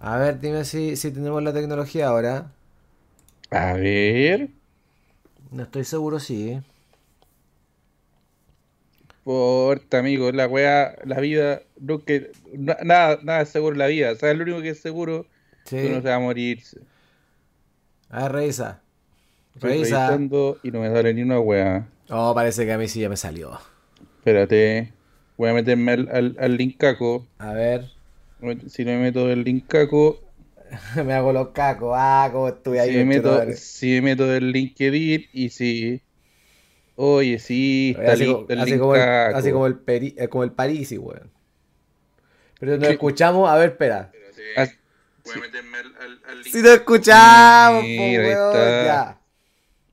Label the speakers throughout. Speaker 1: A ver, dime si, si tenemos la tecnología ahora.
Speaker 2: A ver.
Speaker 1: No estoy seguro, sí.
Speaker 2: Porta, amigo, la weá, la vida, no que, na- nada, nada es seguro en la vida. ¿Sabes lo único que es seguro? Que uno
Speaker 1: Sí.
Speaker 2: se va a morir. Estoy
Speaker 1: A ver, revisa. Revisa.
Speaker 2: revisando y no me sale ni una weá.
Speaker 1: Oh, parece que a mí sí ya me salió.
Speaker 2: Espérate. Voy a meterme al, al, al linkaco.
Speaker 1: A ver.
Speaker 2: Si no me meto el linkaco,
Speaker 1: Me hago los cacos. Ah, como estuve ahí,
Speaker 2: si me meto,
Speaker 1: conchetumare.
Speaker 2: si me meto el LinkedIn y si. Oye, sí,
Speaker 1: Oye,
Speaker 2: está
Speaker 1: Así, co-
Speaker 2: listo el
Speaker 1: así como el,
Speaker 2: linkaco.
Speaker 1: así como el, Peri- eh, como el Parisi, weón. Pero nos
Speaker 2: Sí.
Speaker 1: escuchamos. A ver, espera.
Speaker 2: Ah, sí,
Speaker 1: Si nos escuchamos, po,
Speaker 2: Mira, ahí
Speaker 1: weón,
Speaker 2: está.
Speaker 1: ya.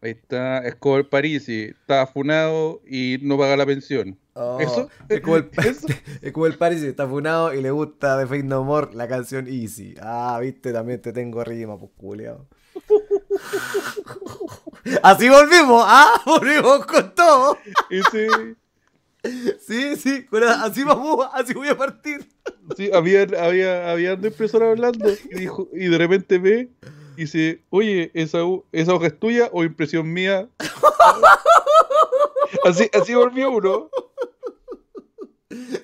Speaker 2: Ahí está, es como el Parisi, está afunado y no paga la pensión.
Speaker 1: Oh,
Speaker 2: Eso,
Speaker 1: es como el,
Speaker 2: eso.
Speaker 1: es como el Paris está funado y le gusta de Faith No More la canción Easy. Ah, viste, también te tengo rima, pues culiao. Así volvimos, ah, volvimos con todo.
Speaker 2: Ese,
Speaker 1: Sí, sí, con la- así vamos, así voy a partir.
Speaker 2: sí, había, había, había dos personas hablando y, dijo, y de repente ve y dice, oye, ¿esa, ho- ¿esa hoja es tuya o impresión mía? Así, así volvió uno.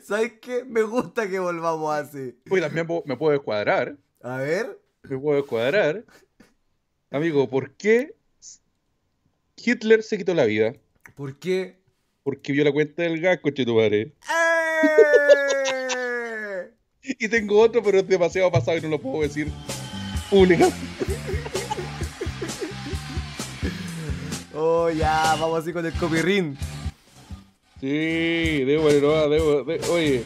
Speaker 1: ¿Sabes qué? Me gusta que volvamos así.
Speaker 2: Oye, también po- me puedo descuadrar.
Speaker 1: A ver,
Speaker 2: Me puedo descuadrar. Amigo, ¿por qué Hitler se quitó la vida?
Speaker 1: ¿por qué?
Speaker 2: Porque vio la cuenta del gas, coche tu madre.
Speaker 1: ¡Eh!
Speaker 2: Y tengo otro, pero es demasiado pasado y no lo puedo decir pública.
Speaker 1: Oh, ya, vamos así con el copyrin.
Speaker 2: Sí, debo, no, debo, de- oye.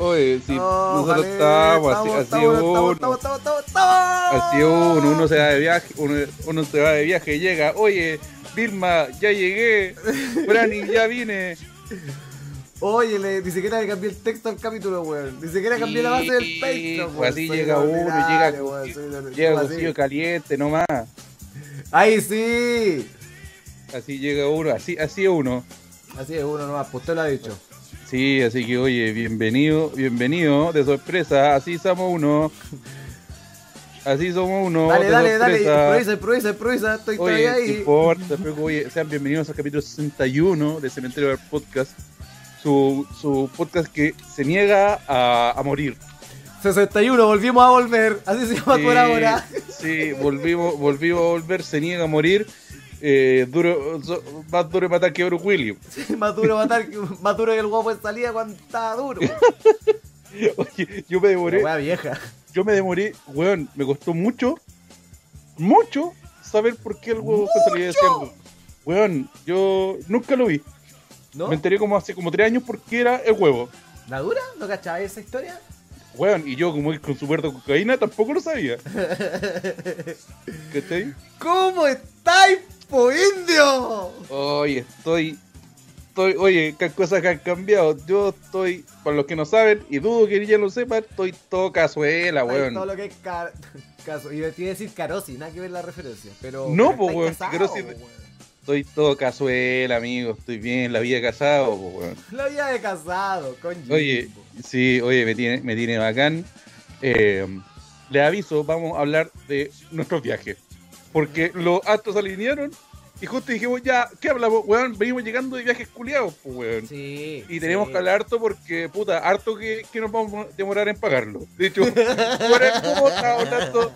Speaker 2: Oye, si
Speaker 1: Oh,
Speaker 2: nosotros
Speaker 1: vale,
Speaker 2: estamos, así,
Speaker 1: estamos,
Speaker 2: así es
Speaker 1: estamos,
Speaker 2: uno.
Speaker 1: estamos, estamos, estamos, estamos.
Speaker 2: Así es uno, uno se va de viaje, uno, uno se va de viaje y llega, oye, Vilma, ya llegué, Brani, ya vine.
Speaker 1: Oye, le, ni siquiera le cambié el texto al capítulo, weón. Ni siquiera cambié la base del texto, weón.
Speaker 2: Pues así
Speaker 1: Soy
Speaker 2: llega uno, llega,
Speaker 1: inolvidable, weón, soy inolvidable.
Speaker 2: llega
Speaker 1: Así.
Speaker 2: cuchillo caliente nomás.
Speaker 1: Ahí sí.
Speaker 2: Así llega uno, así, así es uno.
Speaker 1: Así es uno nomás, pues usted lo ha dicho.
Speaker 2: Sí, así que oye, bienvenido, bienvenido, de sorpresa, así somos uno. Así somos uno,
Speaker 1: Dale,
Speaker 2: de
Speaker 1: dale, dale,
Speaker 2: sorpresa.
Speaker 1: improvisa, improvisa, improvisa, estoy todavía
Speaker 2: Oye, no
Speaker 1: ahí.
Speaker 2: importa, pero oye, sean bienvenidos al capítulo 61 de Cementerio del Podcast, su, su podcast que se niega a, a morir.
Speaker 1: 61, volvimos a volver. Así se llama por
Speaker 2: Sí,
Speaker 1: ahora.
Speaker 2: Eh, Sí, volvimos, volvimos a volver, se niega a morir. Eh, duro, so- más duro es matar que Bruce Willis.
Speaker 1: más duro matar, que- más duro que el guapo en salida cuando estaba duro.
Speaker 2: Oye, yo
Speaker 1: Una
Speaker 2: me demoré,
Speaker 1: wea vieja.
Speaker 2: yo me demoré, weón, me costó mucho, mucho saber por qué el huevo fue salida de Ciango. Weón, yo nunca lo vi.
Speaker 1: ¿No?
Speaker 2: Me enteré como hace como tres años por qué era el huevo.
Speaker 1: ¿La dura? ¿No cachabas esa historia?
Speaker 2: Weón, y yo como con su de cocaína tampoco lo sabía. ¿Cachai?
Speaker 1: ¿Cómo estáis, po indio?
Speaker 2: Ah, Oye, estoy. estoy oye, qué cosas que han cambiado. Yo estoy, para los que no saben, y dudo que ya lo sepan, estoy todo cazuela,
Speaker 1: Estáis Todo
Speaker 2: weón.
Speaker 1: lo que es car- caso. Y te iba a decir carosi, nada que ver la referencia. Pero.
Speaker 2: No,
Speaker 1: pero
Speaker 2: po,
Speaker 1: estáis
Speaker 2: weón,
Speaker 1: casado,
Speaker 2: carosi-
Speaker 1: po, weón.
Speaker 2: Estoy todo cazuela, amigo. Estoy bien, la vida de casado, po, weón.
Speaker 1: La vida de casado, con
Speaker 2: Oye, sí, oye, me tiene, me tiene bacán. Eh, les aviso, vamos a hablar de nuestros viajes. Porque los astros se alinearon y justo dijimos, ya, ¿qué hablamos? Weón, venimos llegando de viajes culiados, pues, weón.
Speaker 1: Sí.
Speaker 2: Y tenemos
Speaker 1: sí.
Speaker 2: que hablar harto porque, puta, harto que, que nos vamos a demorar en pagarlo. De hecho, fuera el cubo estaba hablando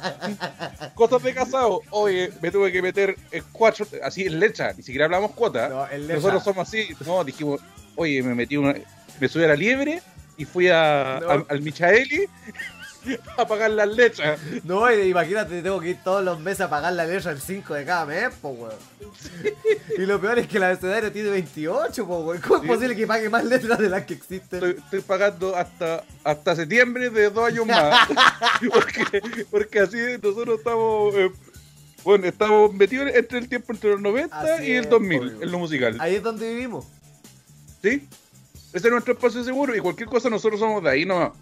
Speaker 2: cosas de casado. Oye, me tuve que meter en cuatro, así en lecha, ni siquiera hablamos cuota.
Speaker 1: No, el de
Speaker 2: ¿ah? Nosotros
Speaker 1: esa.
Speaker 2: somos así, no, dijimos, oye, me metí una, me subí a la liebre y fui a,
Speaker 1: No.
Speaker 2: a- al Michaeli a pagar las lechas.
Speaker 1: No, y imagínate, tengo que ir todos los meses a pagar la leche al 5 de cada mes, po, weón. Y lo peor es que la abecedario tiene 28, po, weón. ¿Cómo es
Speaker 2: Sí.
Speaker 1: posible que pague más letras de las que existen?
Speaker 2: Estoy, estoy pagando hasta, hasta septiembre de dos años más. porque, porque así nosotros estamos, eh, bueno, estamos metidos entre el tiempo entre los 90
Speaker 1: Así
Speaker 2: y el
Speaker 1: es,
Speaker 2: 2000
Speaker 1: obvio.
Speaker 2: en lo musical.
Speaker 1: Ahí es donde vivimos.
Speaker 2: ¿Sí? Ese es nuestro espacio seguro y cualquier cosa nosotros somos de ahí nomás.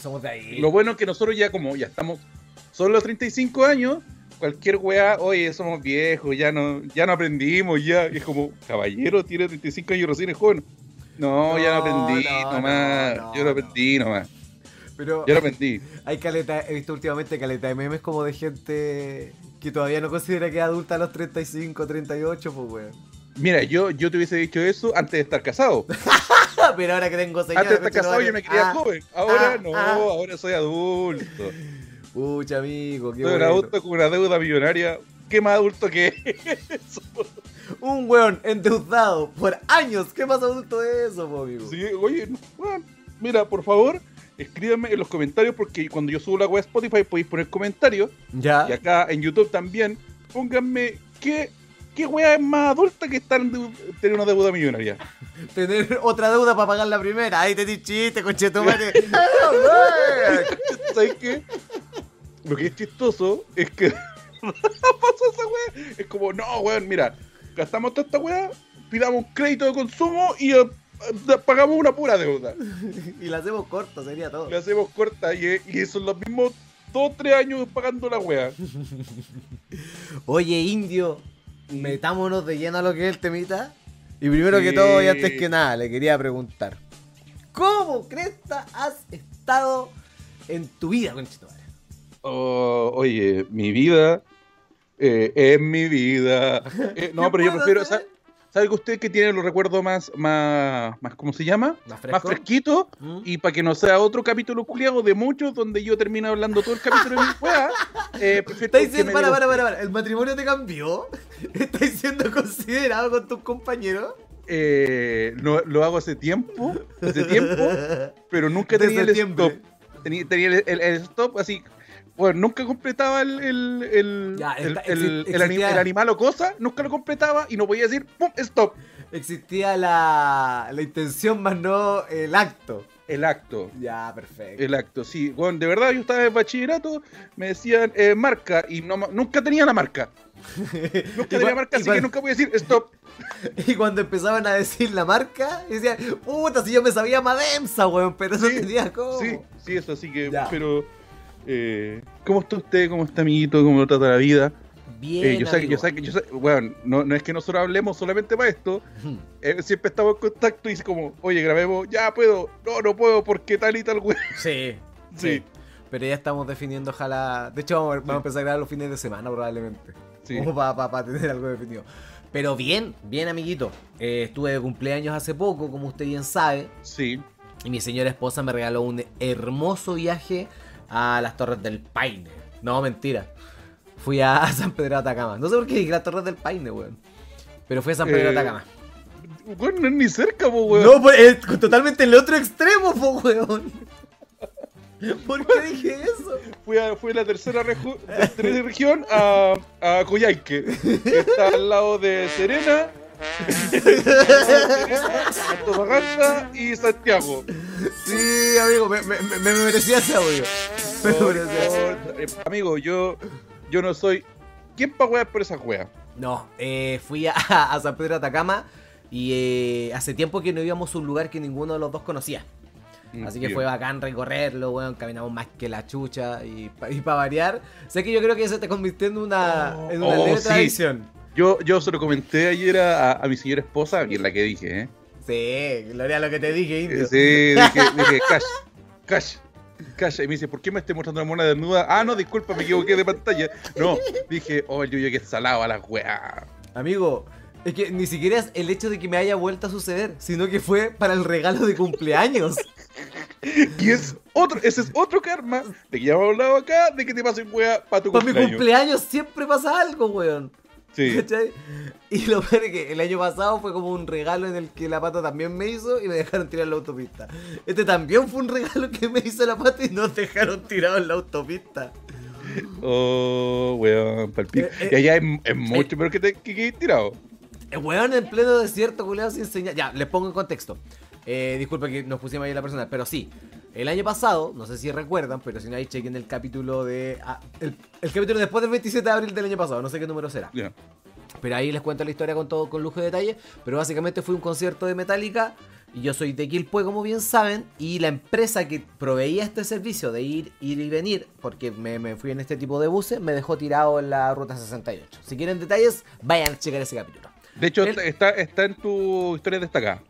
Speaker 1: Somos de ahí.
Speaker 2: Lo bueno es que nosotros ya como ya estamos solo los 35 años, cualquier weá, oye, somos viejos, ya no, ya no aprendimos, ya. Y es como, caballero, tiene 35 años y recién es joven. No, ya
Speaker 1: No,
Speaker 2: no aprendí
Speaker 1: no,
Speaker 2: nomás,
Speaker 1: no, no,
Speaker 2: yo no aprendí nomás.
Speaker 1: Pero
Speaker 2: Ya lo aprendí.
Speaker 1: hay caleta, he visto últimamente caleta de memes como de gente que todavía no considera que es adulta a los 35, 38, pues weón.
Speaker 2: Mira, yo, yo te hubiese dicho eso antes de estar casado.
Speaker 1: Ah, Pero ahora que tengo señora,
Speaker 2: Antes de estar
Speaker 1: conchetumare,
Speaker 2: casado yo me creía
Speaker 1: ah,
Speaker 2: joven. Ahora
Speaker 1: ah,
Speaker 2: no,
Speaker 1: ah.
Speaker 2: ahora soy adulto.
Speaker 1: Pucha, amigo, qué
Speaker 2: soy un
Speaker 1: bueno.
Speaker 2: adulto con una deuda millonaria. ¿Qué más adulto que
Speaker 1: Un weón endeudado por años. ¿Qué más adulto es eso, po, amigo?
Speaker 2: Sí, oye, no, weón, mira, por favor, escríbanme en los comentarios porque cuando yo subo la web a Spotify podéis poner comentarios
Speaker 1: Ya.
Speaker 2: y acá en YouTube también. Pónganme qué, qué wea es más adulta que estar en deu- tener una deuda millonaria.
Speaker 1: Tener otra deuda para pagar la primera. Ahí te di chiste, conchetumare.
Speaker 2: ¿Sabes qué? Lo que es chistoso es que pasó esa wea. Es como, no, weón, mira, gastamos toda esta wea, pidamos un crédito de consumo y eh, eh, pagamos una pura deuda.
Speaker 1: y la hacemos corta, sería todo.
Speaker 2: Le hacemos corta y, eh, y son los mismos dos, tres años pagando la wea.
Speaker 1: Oye, indio, metámonos de lleno a lo que es el temita. Y primero que
Speaker 2: Sí.
Speaker 1: todo, y antes que nada, le quería preguntar: ¿Cómo cresta has estado en tu vida, conchetumare?
Speaker 2: Oh, oye, mi vida eh, es mi vida. Eh, no,
Speaker 1: ¿Qué
Speaker 2: pero yo
Speaker 1: puedo
Speaker 2: prefiero.
Speaker 1: hacer?
Speaker 2: ¿Sabe, sabe que usted que tiene los recuerdos más, más, más ¿cómo se llama?
Speaker 1: ¿Más
Speaker 2: Más
Speaker 1: fresco?
Speaker 2: fresquito.
Speaker 1: ¿Mm?
Speaker 2: Y para que no sea otro capítulo culiado de muchos donde yo termino hablando todo el capítulo de mi weá, eh, prefiero
Speaker 1: Está
Speaker 2: que
Speaker 1: diciendo,
Speaker 2: me
Speaker 1: para,
Speaker 2: diga
Speaker 1: para,
Speaker 2: usted.
Speaker 1: para, para, ¿el matrimonio te cambió? ¿Estás siendo considerado con tus compañeros?
Speaker 2: Eh, no, lo hago hace tiempo, hace tiempo, pero nunca
Speaker 1: Desde
Speaker 2: tenía el
Speaker 1: siempre.
Speaker 2: stop. Tenía, tenía el, el- el stop así. Bueno, nunca completaba el, el, el,
Speaker 1: Ya,
Speaker 2: el,
Speaker 1: esta-
Speaker 2: el-
Speaker 1: exi-
Speaker 2: el ani-
Speaker 1: existía-
Speaker 2: el animal o cosa, nunca lo completaba y no podía decir ¡pum! ¡stop!
Speaker 1: Existía la, la intención, más no el acto.
Speaker 2: El acto.
Speaker 1: Ya, perfecto.
Speaker 2: El acto, sí. Bueno, de verdad, yo estaba en bachillerato, me decían eh, marca y no, ma- nunca tenía la marca. Nunca
Speaker 1: Y
Speaker 2: tenía
Speaker 1: cua-
Speaker 2: marca,
Speaker 1: y
Speaker 2: así
Speaker 1: cua-
Speaker 2: que nunca voy a decir ¡stop!
Speaker 1: Y cuando empezaban a decir la marca, decían, puta, si yo me sabía Mademsa, weón, pero no
Speaker 2: Sí,
Speaker 1: tenía cómo.
Speaker 2: Sí, sí, eso, así que,
Speaker 1: Oh. Ya.
Speaker 2: pero... eh, ¿Cómo está usted? ¿Cómo está amiguito? ¿Cómo lo trata la vida?
Speaker 1: Bien.
Speaker 2: Eh, yo sé que, yo
Speaker 1: amigo.
Speaker 2: sé que, yo sé, bueno, no, no es que nosotros hablemos solamente para esto, eh, siempre estamos en contacto y es como, oye, grabemos, ya puedo, no, no puedo, porque tal y tal, güey.
Speaker 1: Sí,
Speaker 2: Sí,
Speaker 1: Pero ya estamos definiendo, ojalá. De hecho, vamos a, vamos a empezar a grabar los fines de semana, probablemente.
Speaker 2: sí.
Speaker 1: Como para tener algo definido. Pero bien, bien, amiguito. Eh, estuve de cumpleaños hace poco, como usted bien sabe.
Speaker 2: sí.
Speaker 1: Y mi señora esposa me regaló un hermoso viaje a las Torres del Paine. No, mentira. Fui a San Pedro de Atacama. No sé por qué dije las Torres del Paine, weón. Pero fui a San Pedro de
Speaker 2: Eh,
Speaker 1: Atacama.
Speaker 2: Güey, no es ni cerca, po, güey.
Speaker 1: No, pues, eh, totalmente el otro extremo, po, weón. ¿Por qué dije eso?
Speaker 2: Fui, a, fui a la tercera, reju- tercera región a, a Coyhaique, que está al lado de Serena, Antofagasta y Santiago.
Speaker 1: Sí, amigo, me, me- me- me merecía ese audio. Me
Speaker 2: Por
Speaker 1: merecía.
Speaker 2: favor, eh, amigo, yo, yo no soy... ¿Quién pa' weas por esas weas?
Speaker 1: No, eh, fui a, a San Pedro de Atacama y eh, hace tiempo que no íbamos a un lugar que ninguno de los dos conocía. Así que
Speaker 2: Bien.
Speaker 1: fue bacán recorrerlo, weón. Caminamos más que la chucha y para variar. Sé que yo creo que eso te convirtió en una, en una
Speaker 2: Oh,
Speaker 1: leve
Speaker 2: sí.
Speaker 1: tradición.
Speaker 2: Yo, yo se lo comenté ayer a, a- a mi señora esposa, y es la que dije, ¿eh?
Speaker 1: Sí, gloria a lo que te dije,
Speaker 2: Eh,
Speaker 1: indio.
Speaker 2: Sí, dije, dije, cash, cash, cash. Y me dice, ¿por qué me estoy mostrando la mona desnuda? Ah, no, disculpa, me equivoqué de pantalla. No, dije, oh, yo, yo que salaba a las weas.
Speaker 1: Amigo, es que ni siquiera es el hecho de que me haya vuelto a suceder, sino que fue para el regalo de cumpleaños.
Speaker 2: Y es otro, ese es otro karma de que ya hemos hablado acá, de que te pasen wea para tu
Speaker 1: para mi
Speaker 2: cumpleaños.
Speaker 1: cumpleaños siempre pasa algo, weón.
Speaker 2: Sí.
Speaker 1: ¿Cachai? Y lo peor es que el año pasado fue como un regalo en el que la pata también me hizo y me dejaron tirar en la autopista. Este también fue un regalo que me hizo la pata y nos dejaron tirado en la autopista.
Speaker 2: Oh, weón, palpico.
Speaker 1: Eh, eh.
Speaker 2: y allá es, es mucho peor que te que, que tirado.
Speaker 1: El Eh, weón en pleno desierto, culeado, sin señal. Ya, les pongo en contexto. Eh, disculpa que nos pusimos ahí la persona, pero sí. El año pasado, no sé si recuerdan, pero si no hay chequen el capítulo de. ah, el, el capítulo después del 27 de abril del año pasado, no sé qué número será.
Speaker 2: Ya.
Speaker 1: Pero ahí les cuento la historia con todo con lujo de detalle. Pero básicamente fue un concierto de Metallica. Y yo soy de Quilpue, como bien saben. Y la empresa que proveía este servicio de ir, ir y venir, porque me, me fui en este tipo de buses, me dejó tirado en la ruta 68. Si quieren detalles, vayan a checar ese capítulo.
Speaker 2: De hecho,
Speaker 1: El-
Speaker 2: está, está en tu historia destacada.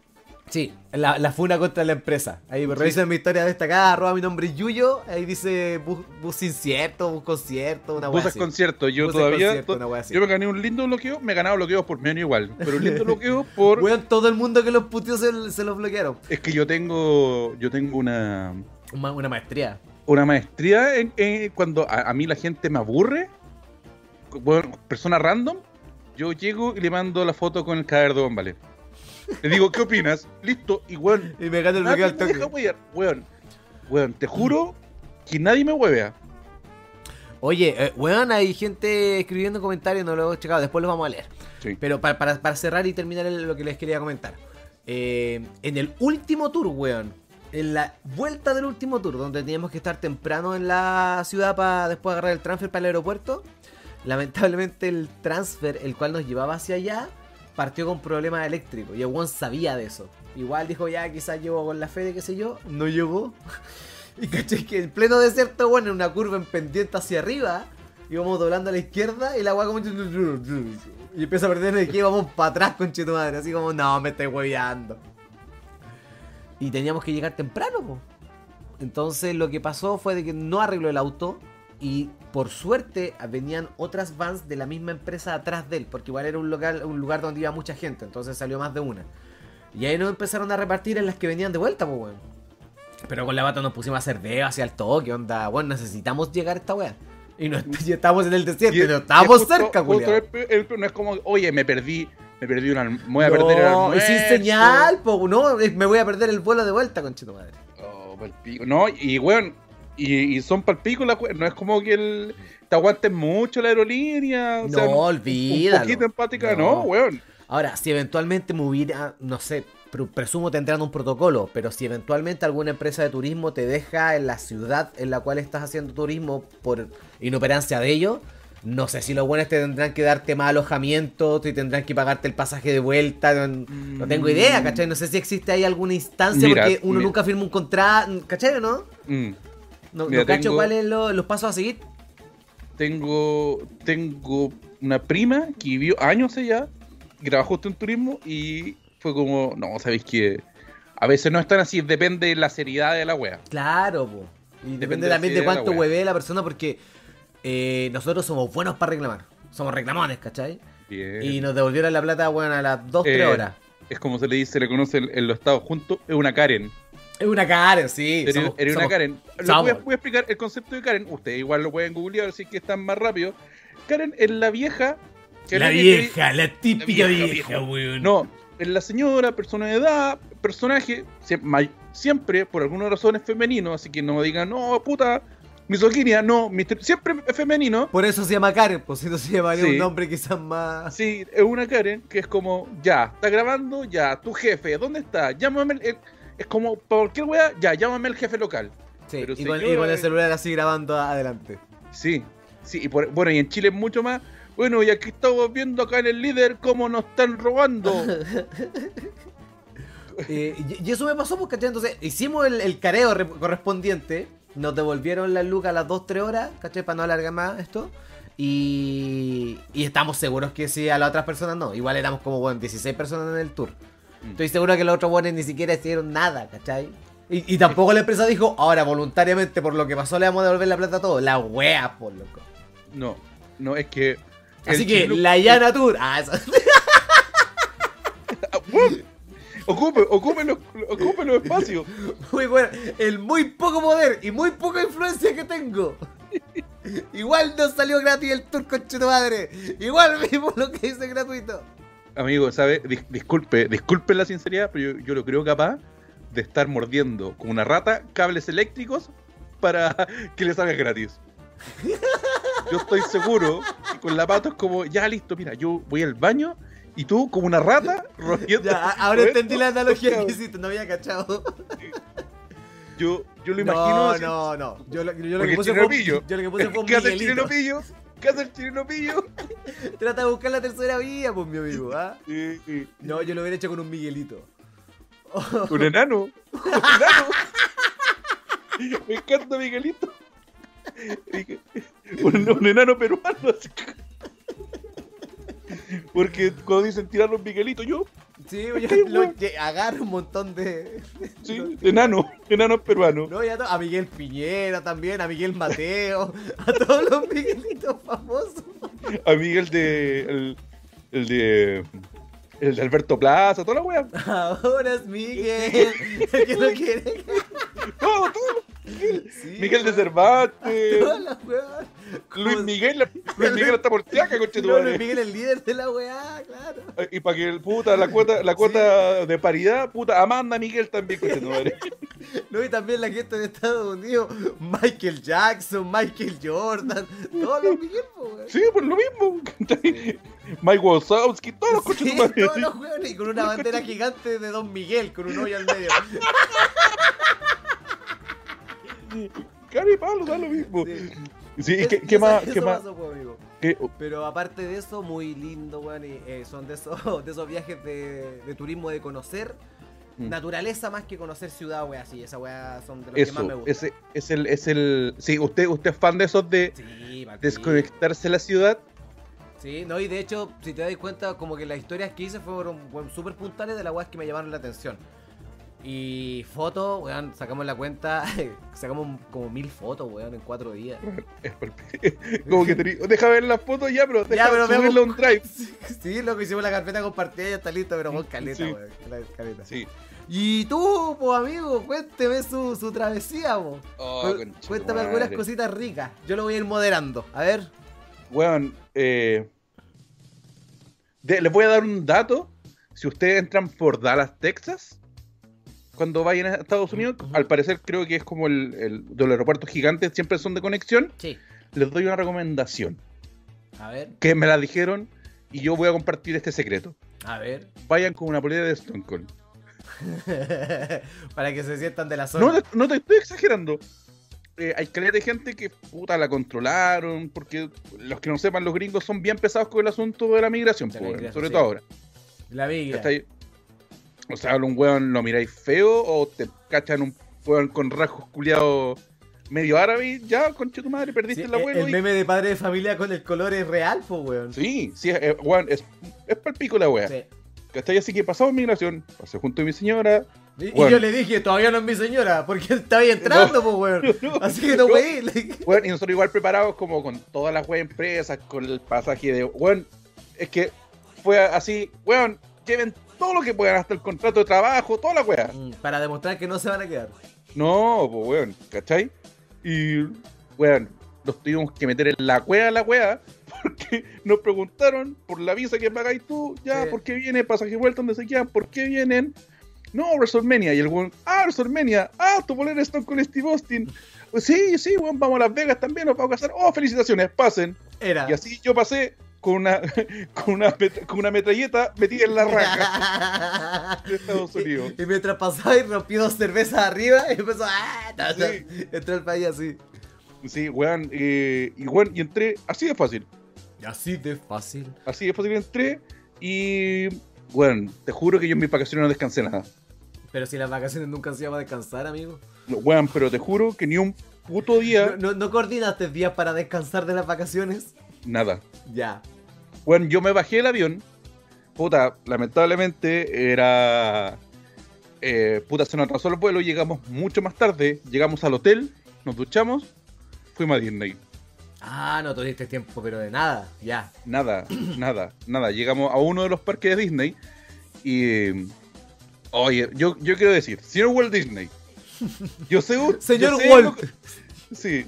Speaker 1: Sí, la, la funa contra la empresa. Ahí revisen mi historia destacada, arroba mi nombre es Yuyo. Ahí dice bus, bus incierto, bus concierto, una
Speaker 2: Busas
Speaker 1: así.
Speaker 2: concierto, yo
Speaker 1: Busas
Speaker 2: todavía.
Speaker 1: concierto, una wea así.
Speaker 2: yo me gané un lindo bloqueo, me he ganado bloqueos por menos igual. Pero un lindo bloqueo por.
Speaker 1: Weón, todo el mundo que los puteó se, se los bloquearon.
Speaker 2: Es que yo tengo. Yo tengo una.
Speaker 1: Una, una maestría.
Speaker 2: Una maestría en, en- cuando a, a mí la gente me aburre. Bueno, persona random. Yo llego y le mando la foto con el cadáver de Bombale. Le digo, ¿qué opinas? Listo, y weón.
Speaker 1: Y me gana el bloqueo
Speaker 2: nadie
Speaker 1: al
Speaker 2: me
Speaker 1: toque.
Speaker 2: deja huevear. Weón, weón, te juro que nadie me huevea.
Speaker 1: Oye, eh, weón, hay gente escribiendo comentarios, no lo he checado, después los vamos a leer.
Speaker 2: Sí.
Speaker 1: Pero para, para- para cerrar y terminar el- lo que les quería comentar. Eh, en el último tour, weón. En la vuelta del último tour, donde teníamos que estar temprano en la ciudad para después agarrar el transfer para el aeropuerto. Lamentablemente el transfer, el cual nos llevaba hacia allá, partió con problemas eléctricos. Y el weón sabía de eso. Igual dijo, ya quizás llevo con la fe de qué sé yo. No llegó. Y caché que en pleno desierto, bueno, en una curva en pendiente hacia arriba, íbamos doblando a la izquierda y la agua como. Y empieza a perder energía y vamos para atrás, conche tu madre. Así como, no, me estoy hueveando. Y teníamos que llegar temprano, po. Entonces lo que pasó fue de que no arregló el auto. Y por suerte venían otras vans de la misma empresa atrás de él. Porque igual era un local, un lugar donde iba mucha gente. Entonces salió más de una. Y ahí nos empezaron a repartir en las que venían de vuelta, pues, weón. Pero con la bata nos pusimos a hacer dedo hacia el toque, onda. Bueno, necesitamos llegar a esta weá. Y no est- y estábamos en el desierto,
Speaker 2: Y-
Speaker 1: pero
Speaker 2: y es
Speaker 1: estábamos
Speaker 2: justo-
Speaker 1: cerca,
Speaker 2: justo
Speaker 1: culiao.
Speaker 2: el pe- el pe- No es como, oye, me perdí, me perdí una, alm- me voy a
Speaker 1: no,
Speaker 2: perder el
Speaker 1: y sin
Speaker 2: almuerzo".
Speaker 1: señal, po, no, es- me voy a perder el vuelo de vuelta, conchito madre.
Speaker 2: Oh, palpico. No, y weón, y, y son palpicos las weas, No es como que el, te aguanten mucho la aerolínea. o sea,
Speaker 1: no,
Speaker 2: un
Speaker 1: olvídalo.
Speaker 2: poquito empática, no,
Speaker 1: No.
Speaker 2: weón.
Speaker 1: Ahora, si eventualmente me hubiera, no sé, pr- presumo tendrán un protocolo, pero si eventualmente alguna empresa de turismo te deja en la ciudad en la cual estás haciendo turismo por inoperancia de ello, no sé si los buenos te tendrán que darte más alojamiento, te tendrán que pagarte el pasaje de vuelta, no, no tengo idea, ¿cachai? No sé si existe ahí alguna instancia
Speaker 2: Mm. Mira,
Speaker 1: porque uno
Speaker 2: mira.
Speaker 1: nunca firma un contrato, ¿cachai o no?
Speaker 2: Mm.
Speaker 1: No,
Speaker 2: Mira,
Speaker 1: no cacho
Speaker 2: tengo-
Speaker 1: cuáles lo- los pasos a seguir.
Speaker 2: Tengo, tengo una prima que vivió años allá, que trabajó justo en turismo y fue como, no, sabéis que a veces no están así, depende de la seriedad de la wea. seriedad
Speaker 1: Claro, po. Y depende
Speaker 2: Depende de la
Speaker 1: también
Speaker 2: idea
Speaker 1: de
Speaker 2: de la
Speaker 1: cuánto
Speaker 2: wea.
Speaker 1: hueve la persona, porque eh, nosotros somos buenos para reclamar. Somos reclamones, ¿cachai? Y nos devolvieron la plata, bueno, a las 2, 3
Speaker 2: Eh,
Speaker 1: horas.
Speaker 2: Es como se le dice, se le conoce en, en los estados juntos, es una Karen.
Speaker 1: Es una Karen, sí.
Speaker 2: Era,
Speaker 1: somos-
Speaker 2: era una
Speaker 1: somos-
Speaker 2: Karen. Lo
Speaker 1: somos.
Speaker 2: voy, a, voy a explicar el concepto de Karen. Ustedes igual lo pueden googlear, así que están más rápido. Karen es la vieja. que
Speaker 1: La
Speaker 2: era-
Speaker 1: vieja, la típica
Speaker 2: La vieja,
Speaker 1: vieja,
Speaker 2: vieja.
Speaker 1: weón.
Speaker 2: No, es la señora, persona de edad, personaje, sie- may- siempre por alguna razón es femenino, así que no digan, no, puta, misoginia, no, mister- siempre es femenino.
Speaker 1: Por eso se llama Karen, por si no se llamaría
Speaker 2: Sí.
Speaker 1: un nombre quizás más.
Speaker 2: Sí, es una Karen que es como, ya, está grabando, ya, tu jefe, ¿dónde está? Llámame, el- eh, es como, por cualquier wea, ya, llámame al jefe local.
Speaker 1: Sí,
Speaker 2: Pero eh.
Speaker 1: y,
Speaker 2: si
Speaker 1: con,
Speaker 2: yo-
Speaker 1: y con el celular así grabando a- adelante.
Speaker 2: Sí, sí, y por- bueno, y en Chile es mucho más. Bueno, y aquí estamos viendo acá en el líder cómo nos están robando.
Speaker 1: Eh, y, y eso me pasó, pues, ¿cachai? Entonces hicimos el, el careo re- correspondiente. Nos devolvieron la luz a las 2-3 horas, ¿cachai? Para no alargar más esto. Y, y estamos seguros que sí, a las otras personas no. Igual éramos como, bueno, 16 personas en el tour.
Speaker 2: Mm.
Speaker 1: Estoy seguro que los otros buenos ni siquiera hicieron nada, ¿cachai? Y, y tampoco la empresa dijo, ahora voluntariamente por lo que pasó le vamos a devolver la plata a todos. La wea, por loco.
Speaker 2: No, no, es que. el
Speaker 1: Así que,
Speaker 2: chileno-
Speaker 1: la llana tour. Ah, eso-
Speaker 2: Ah, ¡Bum! Ocupe, ocupe los, ocupe los espacios.
Speaker 1: Muy bueno, el muy poco poder y muy poca influencia que tengo. Igual no salió gratis el tour con madre. Igual vimos lo que hice gratuito.
Speaker 2: Amigo, ¿sabe? Dis- disculpe, disculpe la sinceridad, pero yo, yo lo creo capaz de estar mordiendo como una rata cables eléctricos para que le salga gratis. Yo estoy seguro que con la pato es como, ya listo, mira, yo voy al baño y tú como una rata rompiendo.
Speaker 1: Ya, a- ahora entendí la analogía
Speaker 2: Claro.
Speaker 1: que hiciste, no había cachado.
Speaker 2: Yo, yo lo imagino.
Speaker 1: No,
Speaker 2: así,
Speaker 1: no, no. Yo lo, yo lo
Speaker 2: Porque
Speaker 1: que puse
Speaker 2: Chileno
Speaker 1: fue, un-
Speaker 2: Pillo.
Speaker 1: yo lo que puse fue un
Speaker 2: ¿Qué hace el chileno
Speaker 1: Miguelito.
Speaker 2: pillo? ¿Qué hace el chileno pillo?
Speaker 1: Trata de buscar la tercera vía, pues mi amigo, ¿ah?
Speaker 2: Eh, eh,
Speaker 1: No, yo lo hubiera hecho con un Miguelito.
Speaker 2: Un enano. Un enano. Me encanta Miguelito. Un, un enano peruano. así. Porque cuando dicen tirar los Miguelitos, yo,
Speaker 1: Sí, yo lo, que agarro un montón de.
Speaker 2: Sí, enano, enano peruano.
Speaker 1: No, ya to- a Miguel Piñera también, a Miguel Mateo, a todos los Miguelitos famosos.
Speaker 2: A Miguel de. El, el de. El de Alberto Plaza, toda la wea.
Speaker 1: Ahora es Miguel. el que lo quiere?
Speaker 2: Todo, todo.
Speaker 1: Sí,
Speaker 2: Miguel de
Speaker 1: weón.
Speaker 2: Cervantes.
Speaker 1: Todas las weas.
Speaker 2: Luis
Speaker 1: Como-
Speaker 2: Miguel, Luis Miguel hasta Portiaca, coche tu
Speaker 1: No, Luis
Speaker 2: madre.
Speaker 1: Miguel el líder de la weá, claro.
Speaker 2: Eh, Y para que el puta, la cuota, la cuota de paridad, puta, Amanda Miguel también, coche tu madre.
Speaker 1: No, y también la gente de Estados Unidos, Michael Jackson, Michael Jordan, todos los Miguel, po, weón.
Speaker 2: Sí, pues lo mismo. ¿cachai? Mike Wazowski, todos los coches
Speaker 1: Sí,
Speaker 2: tu madre.
Speaker 1: todos los weones, y con una bandera gigante de Don Miguel, con un hoyo al medio.
Speaker 2: Cari Pablo, da lo mismo.
Speaker 1: Sí.
Speaker 2: Sí, Uh, ¿y ¿qué,
Speaker 1: Es-
Speaker 2: qué
Speaker 1: eso-
Speaker 2: más?
Speaker 1: eso
Speaker 2: ¿Qué más?
Speaker 1: pasó, po, amigo.
Speaker 2: ¿Qué-
Speaker 1: Pero aparte de eso, muy lindo, weón. y, eh, son de esos, de esos viajes de, de turismo de conocer
Speaker 2: Mm.
Speaker 1: naturaleza más que conocer ciudad, weón. Así, esa weá son de los que más me
Speaker 2: Eso,
Speaker 1: gustan.
Speaker 2: ese es el, es el. Sí, usted, usted es fan de esos de
Speaker 1: Sí, pa'l pico.
Speaker 2: desconectarse la ciudad.
Speaker 1: Sí, no, y de hecho, si te das cuenta, como que las historias que hice fueron weón, súper puntuales de las weas que me llamaron la atención. Y fotos, weón, sacamos la cuenta, sacamos como mil fotos, weón, en cuatro días.
Speaker 2: es por- Como que tení- deja ver las fotos ya, pero deja
Speaker 1: Ya, pero
Speaker 2: subirlo
Speaker 1: veamos-
Speaker 2: a un drive.
Speaker 1: Sí, lo que hicimos la carpeta compartida ya está listo, pero con caleta,
Speaker 2: Sí.
Speaker 1: weón. cala- caleta.
Speaker 2: Sí.
Speaker 1: Y tú, pues amigo, cuénteme su, su travesía, po.
Speaker 2: Oh,
Speaker 1: Cu-
Speaker 2: conchetumadre.
Speaker 1: cuéntame algunas cositas ricas. Yo lo voy a ir moderando. A ver.
Speaker 2: Weón, eh, de- les voy a dar un dato. Si ustedes entran por Dallas, Texas, cuando vayan a Estados Unidos,
Speaker 1: Ujú.
Speaker 2: al parecer creo que es como el, el de los aeropuertos gigantes, siempre son de conexión.
Speaker 1: Sí.
Speaker 2: Les doy una recomendación
Speaker 1: A ver,
Speaker 2: que me la dijeron y yo voy a compartir este secreto.
Speaker 1: a ver.
Speaker 2: Vayan con una polera de Stone Cold.
Speaker 1: Para que se sientan de la zona.
Speaker 2: No, te- no te estoy exagerando. Eh, hay calidad de gente que puta la controlaron, porque los que no sepan, los gringos son bien pesados con el asunto de la migración,
Speaker 1: De la
Speaker 2: po, weón,
Speaker 1: migración,
Speaker 2: sobre
Speaker 1: sí.
Speaker 2: todo ahora.
Speaker 1: La viga.
Speaker 2: ¿Cachai? O sea, un weón lo miráis feo o te cachan un weón con rasgos culiados medio árabe y ya, conche tu madre,
Speaker 1: Sí, eh,
Speaker 2: perdiste el
Speaker 1: el-
Speaker 2: abuelo.
Speaker 1: el
Speaker 2: y-
Speaker 1: meme de padre de familia con el color es real, po, weón.
Speaker 2: Sí, sí, eh, weón, es, es palpico la wea.
Speaker 1: Sí.
Speaker 2: ¿Cachai? Así que pasamos migración, pasé junto a mi señora.
Speaker 1: Y, y
Speaker 2: Bueno.
Speaker 1: yo le dije, todavía no es mi señora, porque él está ahí entrando, po, weón. Así que no,
Speaker 2: No.
Speaker 1: wey. le dije.
Speaker 2: Weón, y nosotros igual preparados como con todas las weas empresas, con el pasaje de. Weón, es que fue así, weón, lleven todo lo que puedan, hasta el contrato de trabajo, toda la wea.
Speaker 1: Mm, Para demostrar que no se van a quedar.
Speaker 2: No, pues weón, ¿cachai? Y weón, los tuvimos que meter en la cueva la wea, porque nos preguntaron por la visa que pagáis tú, ya,
Speaker 1: Sí.
Speaker 2: ¿por qué viene? Pasaje vuelta, donde se quedan? ¿Por qué vienen? No, WrestleMania. Y el weón, ah, WrestleMania, ah, tu bolera está con Steve Austin. Pues sí, sí, weón, vamos a Las Vegas también, nos vamos a casar. Oh, felicitaciones, pasen.
Speaker 1: Era.
Speaker 2: Y así yo pasé con una, con una, met- con una metralleta metida en la raja de Estados Unidos.
Speaker 1: Y, y mientras pasaba y rompí dos cervezas arriba y empezó ¡ah! ta, ta".
Speaker 2: Sí.
Speaker 1: Entró el país así.
Speaker 2: Sí, weón, eh, y weón, y entré así de fácil.
Speaker 1: Y así de fácil.
Speaker 2: Así de fácil entré y. Bueno, te juro que yo en mis vacaciones no descansé nada.
Speaker 1: Pero si las vacaciones nunca se iban a descansar, amigo.
Speaker 2: No, Weón, pero te juro que ni un puto
Speaker 1: ¿No,
Speaker 2: día,
Speaker 1: no, no coordinaste días para descansar de las vacaciones?
Speaker 2: nada.
Speaker 1: Ya.
Speaker 2: Bueno, yo me bajé del avión. Puta, lamentablemente era. eh, puta, se nos atrasó el vuelo, llegamos mucho más tarde. Llegamos al hotel, nos duchamos, fuimos a Disney.
Speaker 1: Ah, no tuviste tiempo, pero de nada. Ya.
Speaker 2: Nada, nada, nada. Llegamos a uno de los parques de Disney y. Oye, yo, yo quiero decir, señor Walt Disney. Yo sé, u- yo
Speaker 1: Señor
Speaker 2: sé
Speaker 1: Walt.
Speaker 2: lo- sí,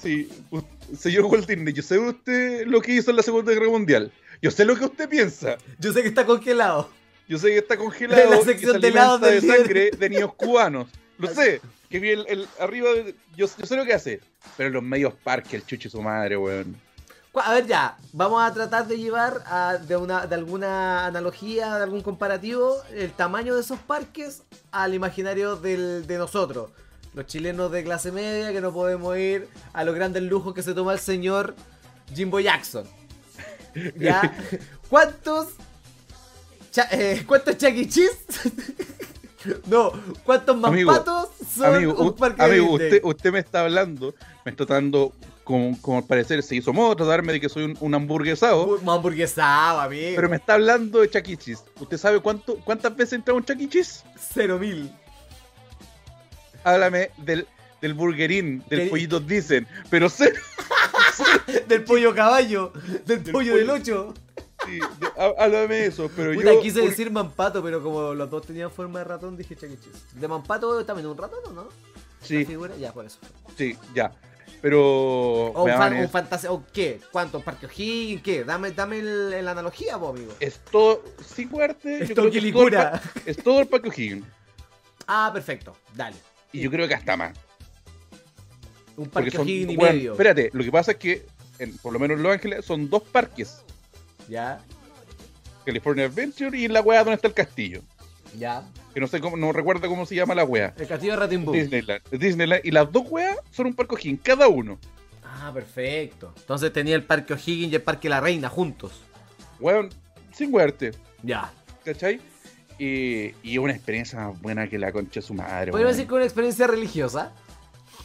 Speaker 2: sí. u- Señor Walt Disney, yo sé usted lo que hizo en la Segunda Guerra Mundial. Yo sé lo que usted piensa.
Speaker 1: Yo sé que está congelado.
Speaker 2: Yo sé que está congelado
Speaker 1: De la
Speaker 2: y se
Speaker 1: sección de
Speaker 2: alimenta
Speaker 1: helados del
Speaker 2: de
Speaker 1: líder.
Speaker 2: sangre de niños cubanos. Lo sé. Que vi el, el- arriba de- yo, yo sé lo que hace. Pero en los medios parques, el chucho y su madre, weón.
Speaker 1: Cu- A ver ya, vamos a tratar de llevar a- de, una, de alguna analogía, de algún comparativo, el tamaño de esos parques al imaginario del- de nosotros. Los chilenos de clase media que no podemos ir a los grandes lujos que se toma el señor Jimbo Jackson. ¿Ya? ¿Cuántos? cha- eh, ¿Cuántos chaquichis? no, ¿cuántos
Speaker 2: Amigo,
Speaker 1: mampatos son
Speaker 2: Amigo,
Speaker 1: un
Speaker 2: u-
Speaker 1: parque
Speaker 2: amigo,
Speaker 1: de Disney?
Speaker 2: usted, usted me está hablando, me está dando como, como al parecer se hizo modo tratarme de que soy un, un hamburguesado,
Speaker 1: Un hamburguesado, amigo.
Speaker 2: pero me está hablando de Chuck E. Cheese. ¿Usted sabe cuánto, cuántas veces he entrado a un Chuck E. Cheese?
Speaker 1: Cero mil.
Speaker 2: Háblame del, del burgerín, del
Speaker 1: Del-
Speaker 2: pollito dicen, pero sé,
Speaker 1: Del pollo caballo. Del, pollo
Speaker 2: pollo.
Speaker 1: del ocho.
Speaker 2: sí, de- há- háblame de eso, pero
Speaker 1: Puta,
Speaker 2: yo...
Speaker 1: quise
Speaker 2: por-
Speaker 1: decir mampato, pero como los dos tenían forma de ratón, dije Chuck E. Cheese. ¿De mampato también un ratón o no? La
Speaker 2: Sí,
Speaker 1: figura, ya, por eso.
Speaker 2: sí, ya. Pero...
Speaker 1: O un,
Speaker 2: weón,
Speaker 1: fan- un
Speaker 2: es-
Speaker 1: fantasía, o qué, cuánto, un parque O'Higgins, qué, dame, dame el- la analogía, vos, amigo.
Speaker 2: Es todo... Sí,
Speaker 1: Es
Speaker 2: cuarte, yo creo que es todo el
Speaker 1: Toquilicura.
Speaker 2: pa- Es todo el Paco Higgins.
Speaker 1: Ah, perfecto, dale.
Speaker 2: Y yo creo que hasta más.
Speaker 1: Un
Speaker 2: Porque
Speaker 1: parque
Speaker 2: son,
Speaker 1: O'Higgins y
Speaker 2: weón,
Speaker 1: medio.
Speaker 2: espérate, lo que pasa es que, en- por lo menos en Los Ángeles, son dos parques.
Speaker 1: Ya,
Speaker 2: California Adventure y la weá donde está el castillo.
Speaker 1: ya.
Speaker 2: Que no sé cómo, no recuerdo cómo se llama la weá.
Speaker 1: El castillo de Ratimbu.
Speaker 2: Disneyland. Disneyland. Y las dos weas son un parque O'Higgins, cada uno.
Speaker 1: Ah, perfecto. Entonces tenía el parque O'Higgins y el parque La Reina juntos.
Speaker 2: Weón, sin wearte.
Speaker 1: Ya.
Speaker 2: ¿Cachai? Y, y una experiencia más buena que la concha de su madre.
Speaker 1: Podría
Speaker 2: weón.
Speaker 1: decir que una experiencia religiosa.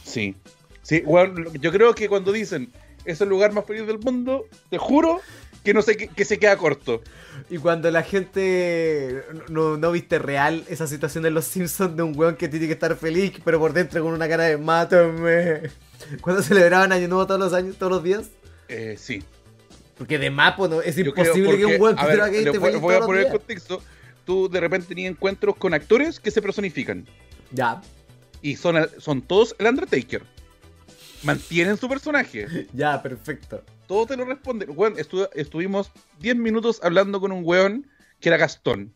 Speaker 2: Sí. Sí, weón, lo- yo creo que cuando dicen es el lugar más feliz del mundo, te juro que no sé qué- que se queda corto.
Speaker 1: Y cuando la gente no, no viste real esa situación de los Simpsons de un weón que tiene que estar feliz, pero por dentro con una cara de mátame. Cuando celebraban Año Nuevo todos los años, todos los días.
Speaker 2: Eh, sí.
Speaker 1: Porque de mapo no, es
Speaker 2: Yo creo,
Speaker 1: imposible que
Speaker 2: porque,
Speaker 1: un weón
Speaker 2: a ver,
Speaker 1: que
Speaker 2: le
Speaker 1: esté
Speaker 2: voy,
Speaker 1: feliz
Speaker 2: voy a
Speaker 1: todos
Speaker 2: poner
Speaker 1: los días.
Speaker 2: el contexto. Tú de repente tenías encuentros con actores que se personifican.
Speaker 1: Ya,
Speaker 2: Y son, son todos el Undertaker. Mantienen su personaje.
Speaker 1: ya, perfecto.
Speaker 2: Todo te lo responde. Weón, estu- estuvimos 10 minutos hablando con un weón que era Gastón.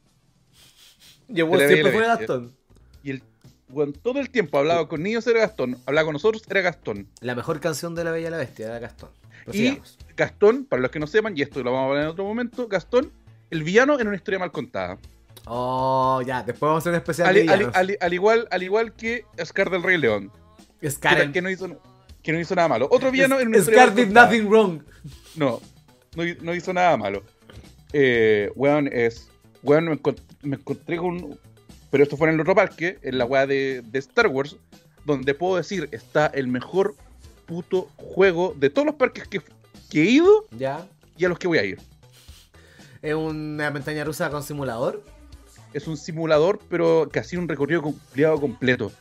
Speaker 1: Y el weón
Speaker 2: Televideo,
Speaker 1: siempre fue
Speaker 2: eh.
Speaker 1: Gastón.
Speaker 2: Y el weón todo el tiempo hablaba con niños era Gastón. Hablaba con nosotros era Gastón.
Speaker 1: La mejor canción de La Bella y la Bestia era Gastón.
Speaker 2: Y
Speaker 1: Prosigamos.
Speaker 2: Gastón, para los que no sepan, y esto lo vamos a hablar en otro momento, Gastón, el villano en una historia mal contada.
Speaker 1: Oh, ya, después vamos a hacer un especial
Speaker 2: Al,
Speaker 1: de
Speaker 2: al-
Speaker 1: villanos.
Speaker 2: al- al igual, al igual que Scar del Rey León.
Speaker 1: Scar,
Speaker 2: Que no hizo, que no hizo nada malo. Otro villano en una historia
Speaker 1: Scar
Speaker 2: mal
Speaker 1: did
Speaker 2: contada.
Speaker 1: nothing wrong.
Speaker 2: No, no, hi- no hizo nada malo. Eh, weón es. Weón, me, encont- me encontré con. Pero esto fue en el otro parque, en la weá de, de Star Wars, donde puedo decir está el mejor puto juego de todos los parques que, que he ido
Speaker 1: Ya.
Speaker 2: y a los que voy a ir.
Speaker 1: Es una montaña rusa con simulador.
Speaker 2: Es un simulador, pero casi un recorrido complicado completo.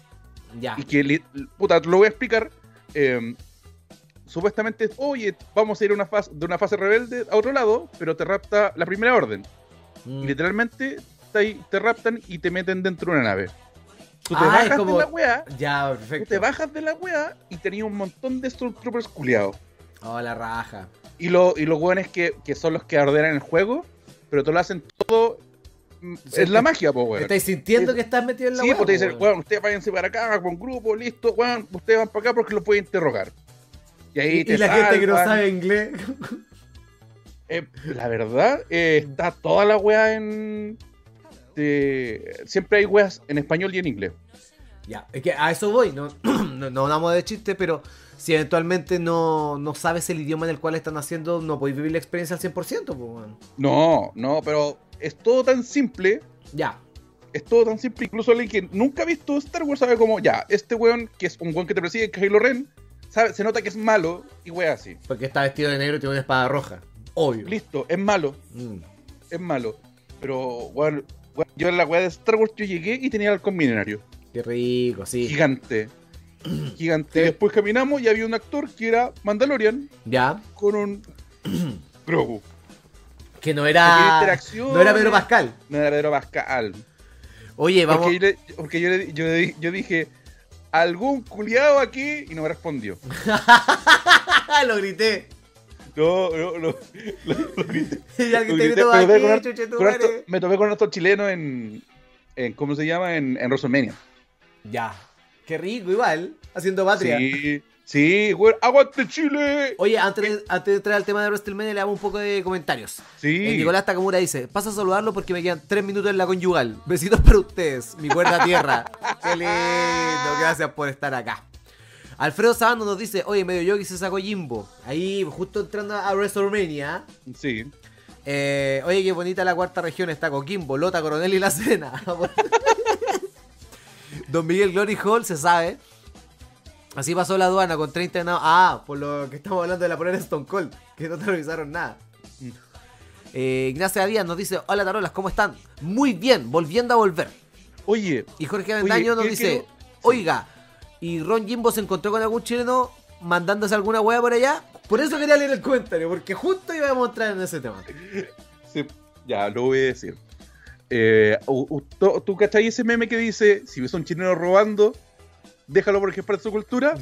Speaker 1: Ya.
Speaker 2: Y que, li- puta, lo voy a explicar. eh, supuestamente, oye, vamos a ir a una fase, de una fase rebelde a otro lado, pero te rapta la primera orden.
Speaker 1: Mm.
Speaker 2: Literalmente te, te raptan y te meten dentro de una nave. Tú te
Speaker 1: Ah, es
Speaker 2: bajas
Speaker 1: como-
Speaker 2: de la weá,
Speaker 1: Ya,
Speaker 2: tú
Speaker 1: perfecto.
Speaker 2: te bajas de la weá y tenías un montón de Stormtroopers culiados.
Speaker 1: Oh, la raja.
Speaker 2: Y, lo, y los weones que, que son los que ordenan el juego, pero te lo hacen todo. mm,
Speaker 1: Sí,
Speaker 2: es la
Speaker 1: te-
Speaker 2: magia, po, weón.
Speaker 1: ¿Estáis sintiendo que estás metido en la
Speaker 2: Sí,
Speaker 1: hueá,
Speaker 2: pues
Speaker 1: po,
Speaker 2: te dicen,
Speaker 1: weón?
Speaker 2: weón, ustedes váyanse para acá con grupo, listo, weón, ustedes van para acá porque los voy a interrogar. Y ahí
Speaker 1: Y,
Speaker 2: te
Speaker 1: y la gente que no
Speaker 2: salvan.
Speaker 1: sabe inglés.
Speaker 2: Eh, la verdad, eh, está toda la weá en. de- siempre hay weas en español y en inglés.
Speaker 1: ya, es que a eso voy. No, no, no damos de chiste, pero si eventualmente no, no sabes el idioma en el cual están haciendo, no podéis vivir la experiencia al 100%, pues, weón.
Speaker 2: No, no, pero es todo tan simple.
Speaker 1: Ya.
Speaker 2: Es todo tan simple. Incluso alguien que nunca ha visto Star Wars sabe como, ya, este weón, que es un weón que te persigue, que es Kylo Ren, sabe, se nota que es malo y wea así.
Speaker 1: Porque está vestido de negro y tiene una espada roja. Obvio.
Speaker 2: Listo, es malo.
Speaker 1: Mm.
Speaker 2: es malo. Pero, weón, weón, yo en la weá de Star Wars yo llegué y tenía el halcón milenario.
Speaker 1: Qué rico, sí.
Speaker 2: Gigante. Gigante.
Speaker 1: Sí.
Speaker 2: Y después caminamos y había un actor que era Mandalorian
Speaker 1: Ya.
Speaker 2: con un Grogu.
Speaker 1: Que no
Speaker 2: Porque
Speaker 1: era.
Speaker 2: interacciones-
Speaker 1: No era Pedro Pascal.
Speaker 2: No era Pedro Pascal.
Speaker 1: Oye, vamos.
Speaker 2: Porque, yo, le- porque yo, le- yo le di- yo dije, algún culiado aquí, y no me respondió.
Speaker 1: Lo grité.
Speaker 2: No, no, no. Lo- lo grité.
Speaker 1: Y alguien
Speaker 2: Lo
Speaker 1: te
Speaker 2: grité,
Speaker 1: gritó
Speaker 2: me topé
Speaker 1: aquí,
Speaker 2: con harto- con harto-
Speaker 1: chuchetumare.
Speaker 2: Me topé con estos chilenos en, en. ¿Cómo se llama? En, en WrestleMania.
Speaker 1: Ya. Qué rico, igual. Haciendo patria.
Speaker 2: Sí, sí, weón. ¡Aguante Chile!
Speaker 1: Oye, antes de, antes de entrar al tema de WrestleMania, le hago un poco de comentarios. Eh,
Speaker 2: Sí.
Speaker 1: Nicolás Takamura dice: Pasa a saludarlo porque me quedan tres minutos en la conyugal. Besitos para ustedes, mi cuerda tierra. Qué lindo, gracias por estar acá. Alfredo Sabando nos dice: Oye, medio yogi se sacó Jimbo. Ahí, justo entrando a WrestleMania.
Speaker 2: Sí.
Speaker 1: Eh, oye, qué bonita la cuarta región está Coquimbo, Lota, Coronel y La Cena. Don Miguel Glory Hall se sabe. Así pasó la aduana con 30 de nada. Ah, por lo que estamos hablando de la polera Stone Cold, que no te revisaron nada. Eh, Ignacio Díaz nos dice, hola Tarolas, ¿cómo están? Muy bien, volviendo a volver.
Speaker 2: Oye,
Speaker 1: Y Jorge Avendaño nos
Speaker 2: ¿qué-
Speaker 1: dice,
Speaker 2: qué-
Speaker 1: oiga, ¿y Ron Jimbo se encontró con algún chileno mandándose alguna hueá por allá? Por eso quería leer el comentario, porque justo íbamos a entrar en ese tema.
Speaker 2: Sí, ya, lo voy a decir. Eh, u- u- to- ¿Tú cachai ese meme que dice, si ves a un chileno robando, déjalo porque es parte de su cultura?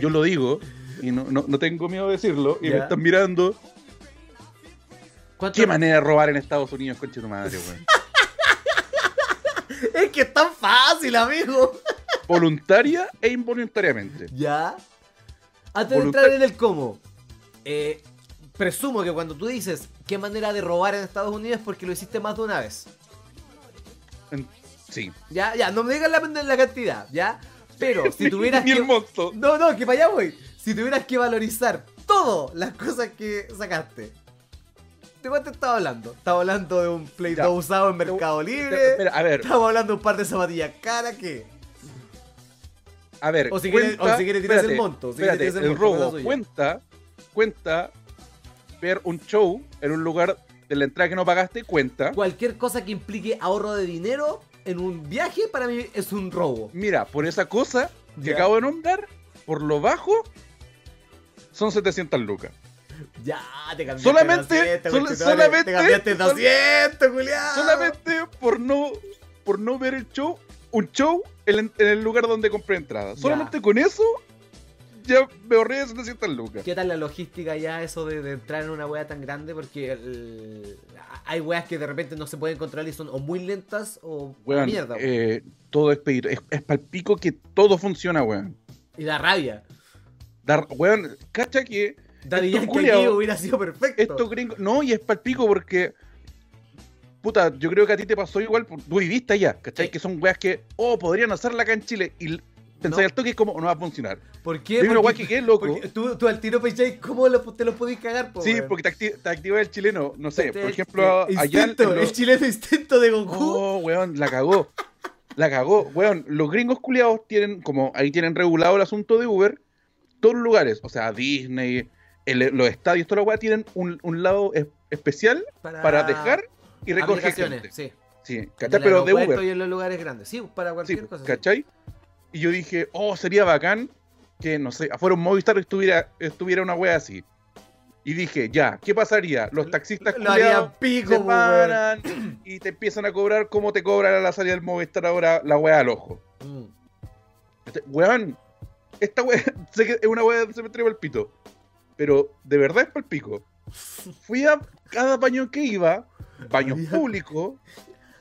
Speaker 2: Yo lo digo, y no, no- no tengo miedo de decirlo, y
Speaker 1: Ya.
Speaker 2: me están mirando.
Speaker 1: ¿Cuánto-
Speaker 2: ¿Qué manera de robar en Estados Unidos, conche tu madre, weón?
Speaker 1: Es que es tan fácil, amigo.
Speaker 2: Voluntaria e involuntariamente.
Speaker 1: Ya. Antes de
Speaker 2: Voluntar-
Speaker 1: entrar en el cómo, eh, presumo que cuando tú dices qué manera de robar en Estados Unidos es porque lo hiciste más de una vez.
Speaker 2: En- Sí.
Speaker 1: Ya, ya, no me digas la, la cantidad, ya. Pero si tuvieras
Speaker 2: Ni
Speaker 1: que.
Speaker 2: el monto.
Speaker 1: No, no, que para allá voy. Si tuvieras que valorizar todo las cosas que sacaste. ¿De cuánto estaba hablando? Estaba hablando de un Play
Speaker 2: Ya.
Speaker 1: 2 usado en Mercado Libre.
Speaker 2: Mira, a ver,
Speaker 1: Estaba hablando de un par de zapatillas caras que.
Speaker 2: a ver.
Speaker 1: O si quieres-
Speaker 2: cuenta-
Speaker 1: o si quieres tiras el
Speaker 2: espérate,
Speaker 1: monto, si quieres
Speaker 2: espérate,
Speaker 1: tiras el
Speaker 2: el,
Speaker 1: monto, cosa
Speaker 2: robo
Speaker 1: suya.
Speaker 2: cuenta, cuenta ver un show en un lugar de la entrada que no pagaste, cuenta.
Speaker 1: Cualquier cosa que implique ahorro de dinero en un viaje para mí es un robo.
Speaker 2: Mira, por esa cosa que
Speaker 1: Ya.
Speaker 2: acabo de nombrar, por lo bajo, son 700 lucas.
Speaker 1: Ya, te cambiaste.
Speaker 2: Solamente-
Speaker 1: 200,
Speaker 2: sol-
Speaker 1: conchetumare,
Speaker 2: solamente-
Speaker 1: Te cambiaste
Speaker 2: sol-
Speaker 1: 200, culiado.
Speaker 2: Solamente por no, por no ver el show, un show en, en el lugar donde compré entrada.
Speaker 1: Ya.
Speaker 2: Solamente con eso, ya me ahorré 700 lucas.
Speaker 1: ¿Qué tal la logística ya, eso de, de entrar en una wea tan grande? Porque el- hay weas que de repente no se pueden controlar y son o muy lentas o
Speaker 2: Weón,
Speaker 1: mierda. weón.
Speaker 2: eh, todo es pedir. Es, es palpico que todo funciona, weón.
Speaker 1: y da rabia.
Speaker 2: Dar, weón, cacha que
Speaker 1: Daddy
Speaker 2: estos
Speaker 1: Yankee aquí
Speaker 2: culiaos-
Speaker 1: hubiera sido perfecto.
Speaker 2: estos gringos. No, y es palpico porque. Puta, yo creo que a ti te pasó igual. por- Tú viviste allá, ¿cachai?
Speaker 1: Sí.
Speaker 2: Que son weas que, oh, podrían hacerla acá en Chile. Y l- pensáis
Speaker 1: No.
Speaker 2: al toque como, no va a funcionar.
Speaker 1: ¿Por qué?
Speaker 2: Dime una wea
Speaker 1: porque,
Speaker 2: que quede loco.
Speaker 1: porque tú, tú al tiro pensáis cómo lo- te lo podéis cagar, po,
Speaker 2: sí,
Speaker 1: weón?
Speaker 2: porque te, acti- te activa el chileno. No sé,
Speaker 1: Este-
Speaker 2: por ejemplo,
Speaker 1: este
Speaker 2: allá. en
Speaker 1: instinto,
Speaker 2: los-
Speaker 1: El chileno instinto de Goku.
Speaker 2: Oh, weón, la cagó. La cagó, weón. Los gringos culiados tienen, como ahí tienen regulado el asunto de Uber, todos los lugares, o sea, Disney, el- los estadios, toda la weá, tienen un, un lado es- especial para dejar y recoger
Speaker 1: Ah, aplicaciones,
Speaker 2: gente.
Speaker 1: sí.
Speaker 2: Sí,
Speaker 1: En
Speaker 2: ¿cachai?
Speaker 1: el
Speaker 2: Pero de
Speaker 1: aeropuerto
Speaker 2: Uber.
Speaker 1: Y en los lugares grandes, sí, para
Speaker 2: Sí,
Speaker 1: cualquier cosa. sí.
Speaker 2: ¿cachai? Y yo dije, oh, sería bacán que, no sé, afuera un Movistar estuviera, estuviera una weá así. Y dije, ya, ¿qué pasaría? Los taxistas
Speaker 1: Lo harían
Speaker 2: culiados
Speaker 1: pico,
Speaker 2: se
Speaker 1: po,
Speaker 2: paran y te empiezan a cobrar como te cobran a la salida del Movistar ahora la weá al ojo.
Speaker 1: weón. Mm.
Speaker 2: Este, weón, esta weá sé que es una weá se me trae el pito, pero de verdad es pal pico. Fui a cada baño que iba, baño
Speaker 1: Había-
Speaker 2: público,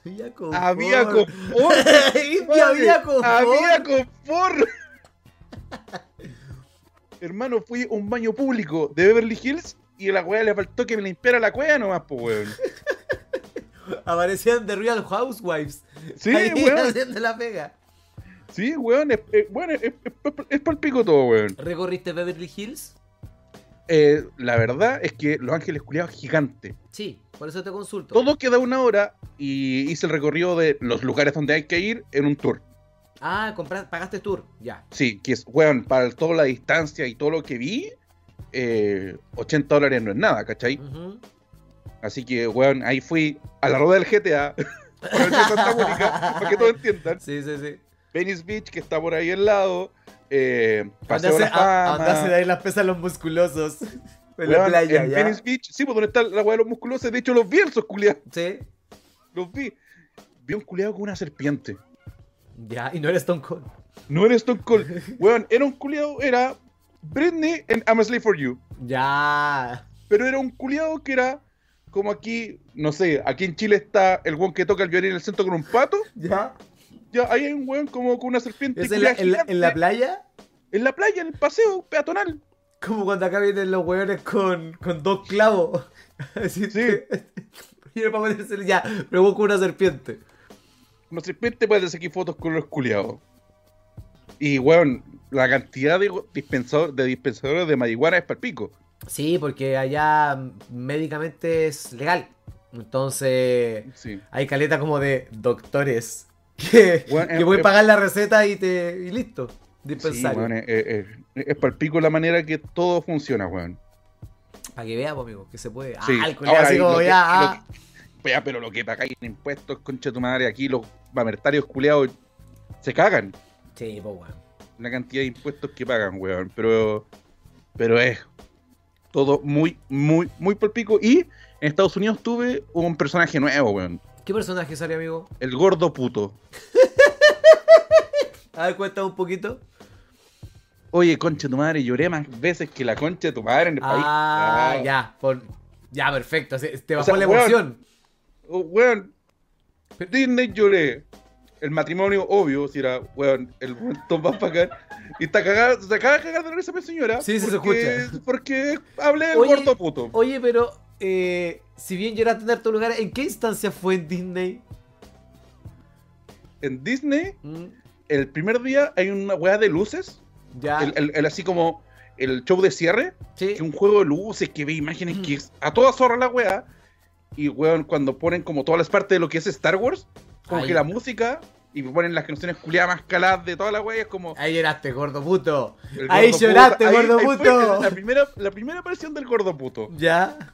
Speaker 1: Había confort.
Speaker 2: había confort.
Speaker 1: Y había confort.
Speaker 2: Había confort. Hermano, fui a un baño público de Beverly Hills y a la weá le faltó que me limpiara la cueva nomás, pues weón.
Speaker 1: Aparecían de Real Housewives.
Speaker 2: Sí,
Speaker 1: Ahí
Speaker 2: weón.
Speaker 1: haciendo la pega.
Speaker 2: Sí, weón, es, es- weón, es, es- es pal pico todo, weón.
Speaker 1: ¿Recorriste Beverly Hills?
Speaker 2: Eh, la verdad es que Los Ángeles culiados es gigante.
Speaker 1: Sí, por eso te consulto.
Speaker 2: Todo queda una hora y hice el recorrido de los lugares donde hay que ir en un tour.
Speaker 1: Ah, compras, pagaste tour. Ya.
Speaker 2: Sí, que es, weón, para toda la distancia y todo lo que vi, eh, 80 dólares no es nada, ¿cachai?
Speaker 1: Ujú.
Speaker 2: Así que, weón, ahí fui a la rueda del GTA. por el de Santa Mónica, para que todos entiendan.
Speaker 1: Sí, sí, sí.
Speaker 2: Venice Beach, que está por ahí al lado. Eh, Paseo de
Speaker 1: Andase,
Speaker 2: la
Speaker 1: a, andase de
Speaker 2: Fama.
Speaker 1: ah, ahí las pesas los musculosos. En la
Speaker 2: Weón,
Speaker 1: playa,
Speaker 2: en
Speaker 1: ya.
Speaker 2: Venice Beach, sí, pues donde está la weá de los musculosos. De hecho, los vi en esos culiados.
Speaker 1: Sí.
Speaker 2: Los vi. Vi un culiado con una serpiente.
Speaker 1: Ya, y no eres Stone Cold.
Speaker 2: No era Stone Cold. Weón, era un culiado, era Britney en I'm a Slave for You.
Speaker 1: Ya.
Speaker 2: Pero era un culiado que era como aquí, no sé, aquí en Chile está el weón que toca el violín en el centro con un pato.
Speaker 1: Ya.
Speaker 2: Ya, ahí hay un weón como con una serpiente.
Speaker 1: ¿Es en la,
Speaker 2: culiada
Speaker 1: en la- en la
Speaker 2: gigante.
Speaker 1: playa?
Speaker 2: En la playa, en el paseo peatonal.
Speaker 1: Como cuando acá vienen los hueones con, con dos clavos. Así
Speaker 2: Sí.
Speaker 1: te- Y era para ponerse ya, pero busco una serpiente.
Speaker 2: No sé, vente para hacer aquí fotos con los culiados. Y, weón, la cantidad de dispensador, de dispensadores de marihuana es palpico.
Speaker 1: Sí, porque allá mm, médicamente es legal. Entonces,
Speaker 2: Sí.
Speaker 1: hay caleta como de doctores que,
Speaker 2: Bueno,
Speaker 1: que
Speaker 2: eh,
Speaker 1: voy a
Speaker 2: eh.
Speaker 1: pagar la receta y te y listo. Dispensario.
Speaker 2: weón, es, es, es- es palpico la manera que todo funciona, weón.
Speaker 1: Para que veamos, amigo, que se puede.
Speaker 2: Sí.
Speaker 1: Ah, el culiao
Speaker 2: Ahora,
Speaker 1: así
Speaker 2: y
Speaker 1: como
Speaker 2: lo que-
Speaker 1: ya. ah.
Speaker 2: lo que- ya, pero lo que pagáis en impuestos, concha de tu madre, aquí los mamertarios culeados se cagan.
Speaker 1: Sí, pues, weón.
Speaker 2: la cantidad de impuestos que pagan, weón. Pero, pero es todo muy, muy, muy por pico. Y en Estados Unidos tuve un personaje nuevo, weón.
Speaker 1: ¿Qué personaje sale, amigo?
Speaker 2: El gordo puto.
Speaker 1: A ver, cuéntame un poquito.
Speaker 2: Oye, concha de tu madre, lloré más veces que la concha de tu madre en el país.
Speaker 1: Ah,
Speaker 2: Ah.
Speaker 1: ya. por- Ya, perfecto. se- te
Speaker 2: O
Speaker 1: bajó
Speaker 2: sea,
Speaker 1: la
Speaker 2: weón.
Speaker 1: emoción.
Speaker 2: Oh, weón, Disney lloré. El matrimonio, obvio, si era, weón, el montón va a pagar. Y está cagada, se acaba de cagar de risa mi señora.
Speaker 1: Sí, sí, se
Speaker 2: porque-
Speaker 1: escucha.
Speaker 2: Porque hablé del
Speaker 1: Oye,
Speaker 2: gordo puto.
Speaker 1: Oye, pero eh, si bien lloraste en harto lugar, ¿en qué instancia fue en Disney?
Speaker 2: En Disney,
Speaker 1: Mm,
Speaker 2: el primer día hay una weá de luces
Speaker 1: Ya.
Speaker 2: el, el- el así como el show de cierre,
Speaker 1: Ah. sí.
Speaker 2: que un juego de luces que ve imágenes que es a toda zorra la weá. Y weón, cuando ponen como todas las partes de lo que es Star Wars, como
Speaker 1: Ahí.
Speaker 2: que la música y ponen las canciones culiadas más caladas de toda la weá, y es como.
Speaker 1: Ahí lloraste, gordo puto.
Speaker 2: el
Speaker 1: ahí
Speaker 2: gordo
Speaker 1: lloraste, gordo
Speaker 2: fue
Speaker 1: puto.
Speaker 2: la, primera, la primera aparición del gordo puto.
Speaker 1: Ya.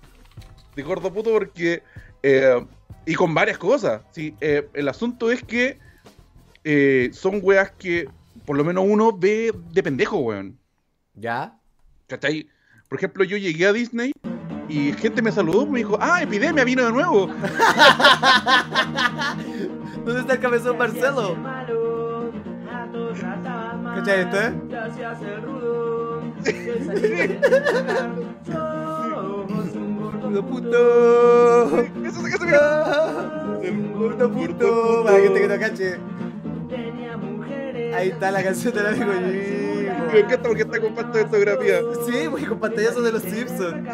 Speaker 2: De gordo puto porque. eh, y con varias cosas. Sí, Eh, el asunto es que eh, son weas que por lo menos uno ve de pendejo, weón.
Speaker 1: Ya.
Speaker 2: ¿Cachai? Por ejemplo, yo llegué a Disney y gente me saludó, me dijo, ah, epidemia vino de nuevo.
Speaker 1: ¿Dónde está el cabezón Marcelo? ¿Cachai este? Gordo puto.
Speaker 2: Eso es
Speaker 1: Gordo puto. Para la gente que no cache. Ahí está la canción del amigo
Speaker 2: Me
Speaker 1: Jimbo.
Speaker 2: encanta porque está con pasta de fotografía.
Speaker 1: Sí, güey, con pantallazos de los Simpsons.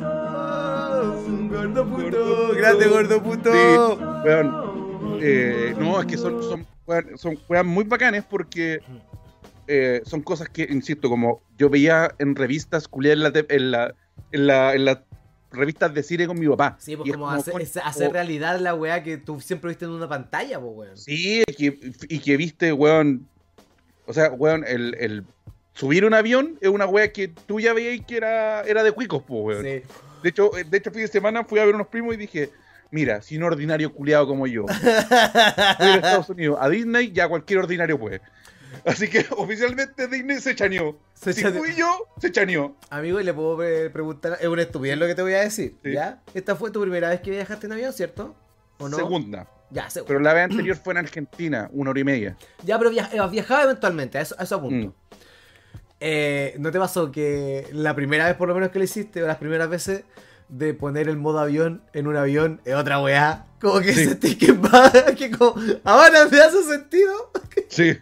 Speaker 1: Oh, gordo
Speaker 2: Gordo
Speaker 1: puto.
Speaker 2: puto.
Speaker 1: Grande gordo puto.
Speaker 2: Sí, weón. Eh, no, es que son, son, weón, son weón muy bacanes porque eh, son cosas que, insisto, como yo veía en revistas, culiar en la, te- en la, en la, en las revistas de cine con mi papá.
Speaker 1: Sí,
Speaker 2: Y
Speaker 1: pues
Speaker 2: es
Speaker 1: como hacer,
Speaker 2: con-
Speaker 1: es hacer
Speaker 2: o-
Speaker 1: realidad la weá que tú siempre viste en una pantalla, pues weón.
Speaker 2: Sí, y que, y que viste, weón. O sea, weón, el, el subir un avión es una wea que tú ya veías que era, era de cuicos, po, weón.
Speaker 1: Sí.
Speaker 2: De hecho, eh, de hecho, fin de semana fui a ver unos primos y dije, mira, si un ordinario culiado como yo, voy a Estados Unidos, a Disney, ya cualquier ordinario puede. Así que oficialmente Disney se chaneó.
Speaker 1: Se
Speaker 2: si
Speaker 1: chaneó.
Speaker 2: fui yo, se chaneó.
Speaker 1: Amigo, y le puedo pre- preguntar, es una estupidez lo que te voy a decir,
Speaker 2: Sí.
Speaker 1: ¿ya? Esta fue tu primera vez que viajaste en avión, ¿cierto? ¿O no?
Speaker 2: Segunda.
Speaker 1: Ya, seguro.
Speaker 2: Pero la vez anterior fue en Argentina, una hora y media.
Speaker 1: Ya, pero viaj- eh, has viajado eventualmente, a eso, a eso apunto.
Speaker 2: Mm.
Speaker 1: Eh, ¿No te pasó que la primera vez por lo menos que lo hiciste, o las primeras veces, de poner el modo avión en un avión es otra weá? Como que
Speaker 2: Sí.
Speaker 1: sentí que más, que como, ahora me hace sentido.
Speaker 2: Sí.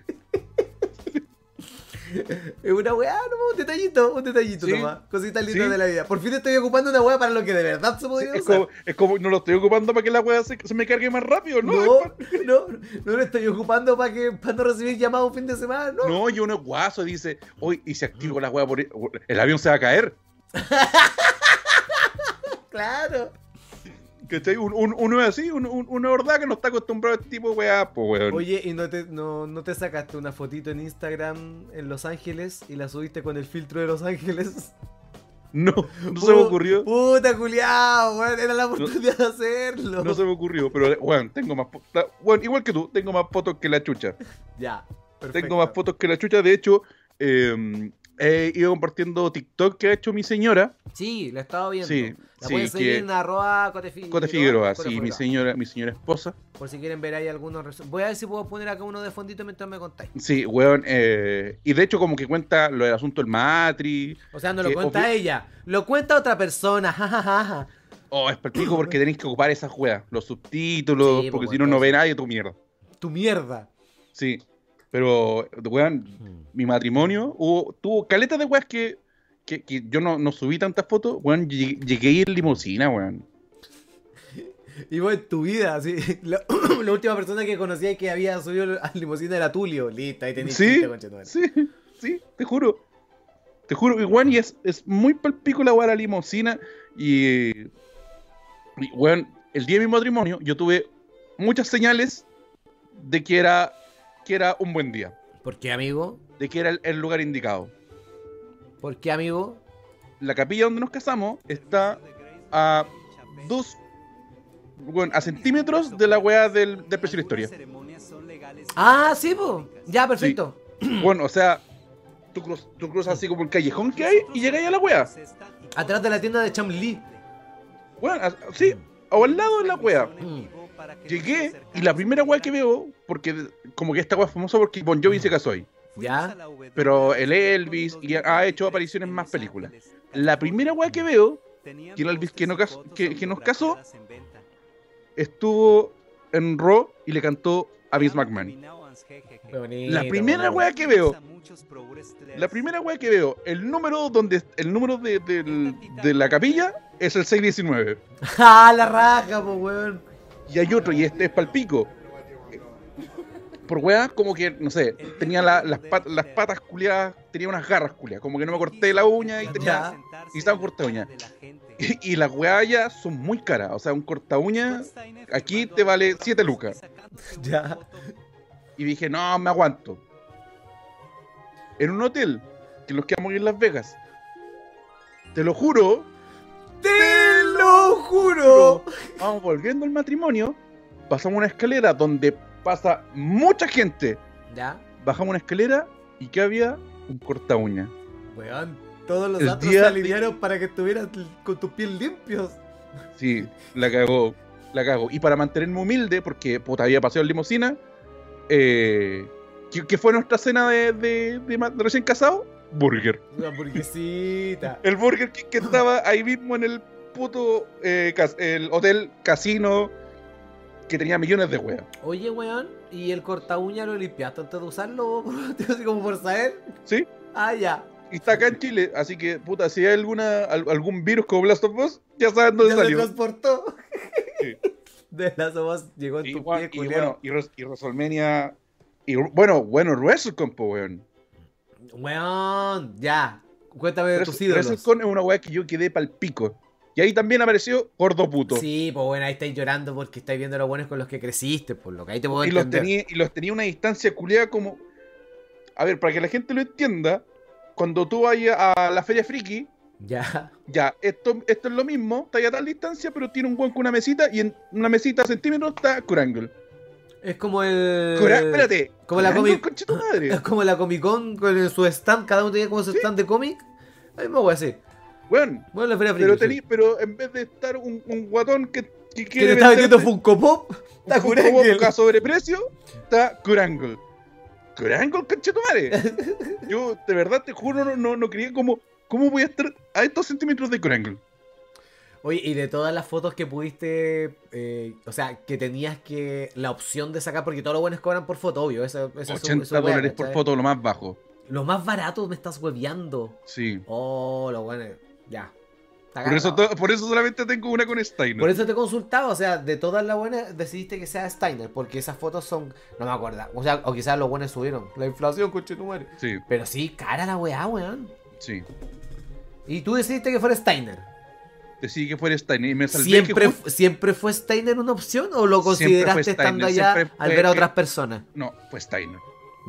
Speaker 1: Es una weá, no, un detallito, un detallito
Speaker 2: Sí.
Speaker 1: nomás. Cositas lindas
Speaker 2: Sí.
Speaker 1: de la vida. Por fin estoy ocupando una weá para lo que de verdad se podría
Speaker 2: Es
Speaker 1: usar.
Speaker 2: como, es como, no lo estoy ocupando para que la weá se, se me cargue más rápido, ¿no?
Speaker 1: No,
Speaker 2: Es
Speaker 1: no,
Speaker 2: pa-
Speaker 1: no, lo estoy ocupando para que para no recibir llamadas un fin de semana, no.
Speaker 2: No, y uno es guaso y dice, hoy, y se activa la weá, por e-?" el avión se va a caer.
Speaker 1: Claro.
Speaker 2: ¿Cachai? Un- un- uno es así, un- un- una verdad que no está acostumbrado a este tipo de weá, pues weón.
Speaker 1: Oye, ¿y no te, no, no te sacaste una fotito en Instagram en Los Ángeles y la subiste con el filtro de Los Ángeles?
Speaker 2: No, no se me
Speaker 1: Pu-
Speaker 2: ocurrió.
Speaker 1: Puta culiao, weón, era la oportunidad de hacerlo.
Speaker 2: No se me ocurrió, pero weón, tengo más po- la- weón, igual que tú, tengo más fotos que la chucha.
Speaker 1: Ya.
Speaker 2: Tengo más fotos que la chucha. De hecho, eh, he ido compartiendo TikTok que ha hecho mi señora.
Speaker 1: Sí, la estaba viendo.
Speaker 2: Sí,
Speaker 1: la
Speaker 2: sí,
Speaker 1: pueden seguir
Speaker 2: que-
Speaker 1: en arroba Cote Figueroa,
Speaker 2: Cote Figueroa,
Speaker 1: Cote
Speaker 2: sí, mi
Speaker 1: Figueroa.
Speaker 2: señora, mi señora esposa.
Speaker 1: Por si quieren ver ahí algunos resu- Voy a ver si puedo poner acá uno de fondito mientras me contáis.
Speaker 2: Sí, weón. eh, y de hecho, como que cuenta lo del asunto del matri.
Speaker 1: O sea, no lo
Speaker 2: Que
Speaker 1: cuenta
Speaker 2: obvio-
Speaker 1: ella, lo cuenta otra persona. jajajaja.
Speaker 2: Oh, es pico porque tenéis que ocupar esas weas, los subtítulos,
Speaker 1: Sí, pues,
Speaker 2: porque si
Speaker 1: weón,
Speaker 2: no, no
Speaker 1: todo
Speaker 2: ve
Speaker 1: eso.
Speaker 2: nadie tu mierda.
Speaker 1: Tu mierda.
Speaker 2: Sí, pero, weón, mi matrimonio hubo, tuvo caleta de weas que, que, que yo no, no subí tantas fotos, weón, llegué, llegué a ir en limusina, weón.
Speaker 1: Y vos en tu vida, así. La, la última persona que conocía que había subido a limusina era Tulio. Listo, ahí tenés
Speaker 2: Sí,
Speaker 1: chiste, conchetumare.
Speaker 2: sí, sí, te juro. Te juro, y weón, y es, es muy palpico la wea de la limusina. Y, y, weón, el día de mi matrimonio yo tuve muchas señales de que era, que era un buen día.
Speaker 1: ¿Por qué, amigo?
Speaker 2: de que era el, el lugar indicado.
Speaker 1: ¿Por qué, amigo?
Speaker 2: La capilla donde nos casamos está a dos, bueno, a centímetros de la weá del, del precio de la historia.
Speaker 1: Ah, sí, po. Ya, perfecto.
Speaker 2: Bueno, o sea, tú, cruz- tú cruzas así como el callejón que hay y llegáis a la weá.
Speaker 1: Atrás de la tienda de Chamli.
Speaker 2: Bueno, a- sí, o al lado de la weá.
Speaker 1: Mm.
Speaker 2: Llegué y la primera weá que veo, porque como que esta weá es famosa porque Bon Jovi se casó ahí.
Speaker 1: Ya.
Speaker 2: Pero el Elvis y ha hecho apariciones en más películas. La primera weá que veo
Speaker 3: que el Elvis que, no cas- que, que nos casó
Speaker 2: estuvo en Raw y le cantó a Vince
Speaker 3: Vince
Speaker 2: McMahon.
Speaker 3: McMahon.
Speaker 1: Qué bonito,
Speaker 2: La primera
Speaker 1: weón.
Speaker 2: weá que veo, la primera weá que veo, el número donde el número de, del- de la capilla es el 619.
Speaker 1: ¡Ah, la raja, po, weón!
Speaker 2: Y hay otro, y este es palpico. Por weá, como que, no sé, tenía la- las, pat- las patas culiadas, tenía unas garras culiadas, como que no me corté la uña y tenía...
Speaker 1: Ya.
Speaker 3: Y estaba corta uña.
Speaker 2: Y, y las weas ya son muy caras, o sea, un corta uña
Speaker 3: Aquí te vale 7 lucas.
Speaker 1: Ya.
Speaker 2: Y dije, no, me aguanto. En un hotel, que los quedamos en Las Vegas. Te lo juro,
Speaker 1: ¡Te lo juro!
Speaker 2: vamos volviendo al matrimonio, pasamos una escalera donde pasa mucha gente.
Speaker 1: Ya,
Speaker 2: Bajamos una escalera y que había un corta uña.
Speaker 1: weón. Todos los
Speaker 2: El
Speaker 1: datos
Speaker 2: día
Speaker 1: se
Speaker 2: de-
Speaker 1: alinearon para que estuvieras l- con tus pies limpios.
Speaker 2: Sí, la cagó, la cagó. Y para mantenerme humilde, porque puta, había pasado en limusina, eh, que, que fue nuestra cena de, de- de ma- de recién casado, burger.
Speaker 1: Una hamburguesita.
Speaker 2: El Burger King que estaba ahí mismo en el puto eh, cas- el hotel casino que tenía millones de weas.
Speaker 1: Oye, weón, ¿y el corta uña lo limpiaste antes de usarlo? Así como por saber.
Speaker 2: ¿Sí?
Speaker 1: Ah, ya.
Speaker 2: Y está acá en Chile, así que, puta, si hay alguna, al- algún virus como Blast of Us, ya saben dónde
Speaker 1: Ya se
Speaker 2: salió.
Speaker 1: transportó.
Speaker 2: Sí.
Speaker 1: De las sopas llegó en
Speaker 2: Y,
Speaker 1: tu
Speaker 2: bueno,
Speaker 1: pie,
Speaker 2: y
Speaker 1: culero.
Speaker 2: bueno, y, Res- y WrestleMania. Y bueno, bueno, WrestleCon, po, weón.
Speaker 1: Weón, ya. Cuéntame de
Speaker 2: Res-
Speaker 1: tus ídolos.
Speaker 2: WrestleCon es una wea que yo quedé pal pico. Y ahí también apareció Gordo Puto.
Speaker 1: Sí, pues bueno, ahí estáis llorando porque estáis viendo los buenos con los que creciste, por lo que ahí te puedo
Speaker 2: y, los
Speaker 1: entender.
Speaker 2: tenía, y los tenía a una distancia culiada como. A ver, para que la gente lo entienda, cuando tú vayas a la Feria Friki,
Speaker 1: Ya.
Speaker 2: Ya, esto, esto es lo mismo, está ahí a tal distancia, pero tiene un hueco, una mesita, y en una mesita a centímetros está Curangle.
Speaker 1: Es como el.
Speaker 2: Cura- espérate.
Speaker 1: Eh, como la
Speaker 2: Curangle,
Speaker 1: comi-
Speaker 2: concha tu madre.
Speaker 1: Es como la Comic Con con su stand, cada uno tenía como su stand de cómic. La misma wea así.
Speaker 2: Weón,
Speaker 1: Bueno, la feria
Speaker 2: pero,
Speaker 1: Friki,
Speaker 2: tení-
Speaker 1: sí.
Speaker 2: pero en vez de estar un, un guatón que,
Speaker 1: Que
Speaker 2: que
Speaker 1: te está
Speaker 2: venderte
Speaker 1: vendiendo Funko Pop.
Speaker 2: un
Speaker 1: Está
Speaker 2: Funko Pop
Speaker 1: Kurangel.
Speaker 2: a sobreprecio, está Curangle. Curangle, concha tu madre. Yo, de verdad, te juro, no, no, no creía como, cómo voy a estar a estos centímetros de Curangle.
Speaker 1: Oye, y de todas las fotos que pudiste, eh, o sea, que tenías que la opción de sacar, porque todos los buenos cobran por foto, obvio. Eso, eso es su-
Speaker 2: 80
Speaker 1: su wea,
Speaker 2: dólares por
Speaker 1: ¿cachai?
Speaker 2: foto, lo más bajo.
Speaker 1: Los más baratos me estás hueveando.
Speaker 2: Sí.
Speaker 1: Oh, los buenos. Ya. Está
Speaker 2: Por eso,
Speaker 1: cagado.
Speaker 2: to- por eso solamente tengo una con Steiner.
Speaker 1: Por eso te consultaba, o sea, de todas las buenas decidiste que sea Steiner, porque esas fotos son. No me acuerdo. O sea, o quizás los buenos subieron. La inflación, coche
Speaker 2: Sí,
Speaker 1: Pero sí, cara la weá, weón.
Speaker 2: sí.
Speaker 1: Y tú decidiste que fuera Steiner.
Speaker 2: Decidí que fuera Steiner y me salvé que
Speaker 1: ¿Siempre,
Speaker 2: justo-
Speaker 1: fu- ¿Siempre fue Steiner una opción o lo
Speaker 2: Siempre fue
Speaker 1: consideraste estando
Speaker 2: Steiner,
Speaker 1: allá
Speaker 2: siempre
Speaker 1: al
Speaker 2: fue-
Speaker 1: ver a otras personas?
Speaker 2: No, fue Steiner.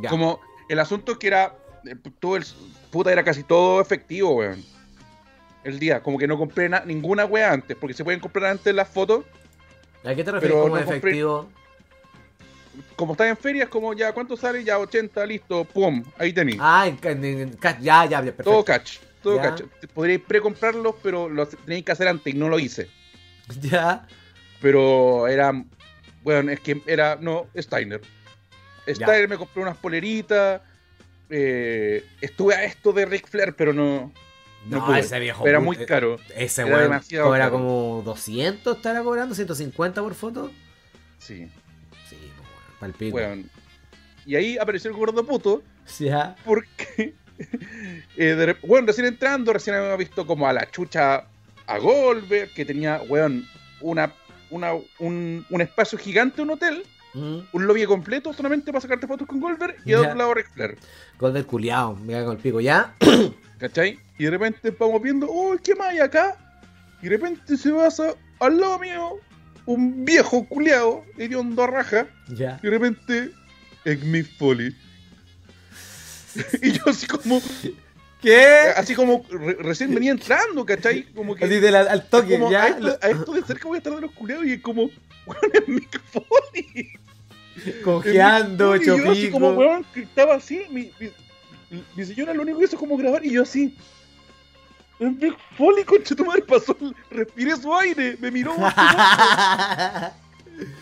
Speaker 1: Ya.
Speaker 2: Como el asunto que era. eh, Todo el, puta, era casi todo efectivo, weón. El día, como que no compré na- ninguna wea antes, porque se pueden comprar antes las fotos.
Speaker 1: ¿A qué te refieres
Speaker 2: Pero
Speaker 1: como
Speaker 2: no compré-
Speaker 1: efectivo?
Speaker 2: Como están en ferias, como ya, ¿cuánto sale? Ya 80, listo, pum, ahí tenéis.
Speaker 1: Ah, en, en- en- ca- ya, ya, ya, perfecto.
Speaker 2: todo catch, todo
Speaker 1: Ya.
Speaker 2: catch. Podríais precomprarlos, pero lo hace- tenéis que hacer antes y no lo hice.
Speaker 1: Ya.
Speaker 2: Pero era. Bueno, es que era. No, Steiner. Steiner me compró unas poleritas. eh, estuve a esto de Ric Flair, pero no. No
Speaker 1: No,
Speaker 2: pude.
Speaker 1: ese viejo.
Speaker 2: Era
Speaker 1: puto-
Speaker 2: muy caro.
Speaker 1: Ese
Speaker 2: Era
Speaker 1: weón
Speaker 2: demasiado
Speaker 1: cobra
Speaker 2: caro.
Speaker 1: como 200, estará cobrando, 150 por foto.
Speaker 2: Sí,
Speaker 1: Sí, pues, weón, palpito.
Speaker 2: weón. Y ahí apareció el gordo puto.
Speaker 1: Ya.
Speaker 2: Porque. eh, de rep- bueno, recién entrando, recién había visto como a la chucha a Goldberg, que tenía, weón, una, una, un, un espacio gigante, un hotel,
Speaker 1: Mm.
Speaker 2: un lobby completo solamente para sacarte fotos con Goldberg y a
Speaker 1: Ya.
Speaker 2: otro lado Ric Flair.
Speaker 1: Gol del culiao, me cago en el pico, ¿ya?
Speaker 2: ¿Cachai? Y de repente vamos viendo, uy, ¿qué más hay acá? Y de repente se pasa al lado mío un viejo culeado, hediondo a raja,
Speaker 1: Ya.
Speaker 2: y de repente, Egmith Foley. Y yo así como,
Speaker 4: ¿Qué?
Speaker 2: así como re- recién venía entrando, ¿cachai? Como que
Speaker 4: Así de la- al toque,
Speaker 2: como, A
Speaker 4: ya.
Speaker 2: esto, a esto de cerca voy a estar de los culeados y es como, weón, el micrófono.
Speaker 4: Cojeando,
Speaker 2: Y yo así como,
Speaker 4: chopico.
Speaker 2: weón, que estaba así, mi, mi, mi señora lo único que hizo es como grabar y yo así. En Big Foley, concha tu madre, pasó, el- respiré su aire, me miró.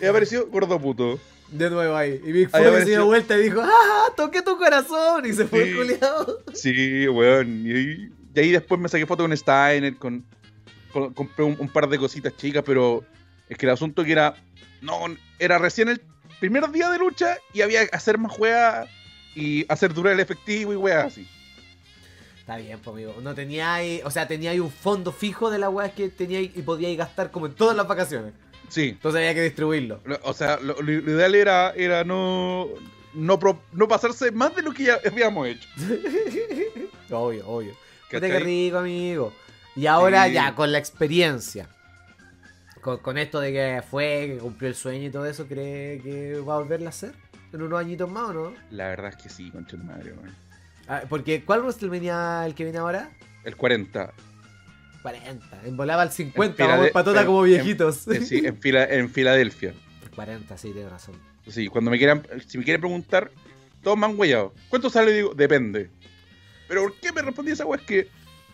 Speaker 2: y apareció gordo puto.
Speaker 4: De nuevo ahí. Y Big Four
Speaker 2: Ahí
Speaker 4: se
Speaker 2: apareció.
Speaker 4: dio vuelta y dijo, ¡ah! Toqué tu corazón. Y se fue
Speaker 2: Sí.
Speaker 4: el culiao.
Speaker 2: Sí, weón. Y, ahí- y ahí después me saqué foto con Steiner, con, con- compré un, un par de cositas chicas, pero es que el asunto que era. No, era recién el primer día de lucha y había que hacer más juega y hacer durar el efectivo y weas así.
Speaker 1: Está bien, pues amigo. No teníais, o sea, teníais un fondo fijo de las weas que teníais y podíais gastar como en todas las vacaciones.
Speaker 2: Sí,
Speaker 1: Entonces había que distribuirlo.
Speaker 2: Lo- O sea, lo, lo ideal era, era no, no, pro- no pasarse más de lo que ya habíamos hecho.
Speaker 1: Obvio, obvio. Puta
Speaker 2: ¿cachai?
Speaker 1: que rico, amigo. Y ahora
Speaker 2: Sí.
Speaker 1: ya, con la experiencia. Con, con esto de que fue, que cumplió el sueño y todo eso, ¿cree que va a volverla a hacer? ¿En unos añitos más o no?
Speaker 2: La verdad es que sí, concha de madre. weón.
Speaker 1: Ah, porque, ¿cuál WrestleMania el que viene ahora?
Speaker 2: El 40.
Speaker 1: 40. En volaba al 50,
Speaker 2: Espera,
Speaker 1: vamos
Speaker 2: de-
Speaker 1: patota
Speaker 2: espera,
Speaker 1: como
Speaker 2: en-
Speaker 1: viejitos.
Speaker 2: eh, Sí, en, Fila- en Filadelfia.
Speaker 1: 40, sí, tienes razón.
Speaker 2: Sí, cuando me quieran, si me quieren preguntar, todos me han huellado. ¿Cuánto sale? Digo, depende. Pero ¿por qué me respondí esa wea? Es que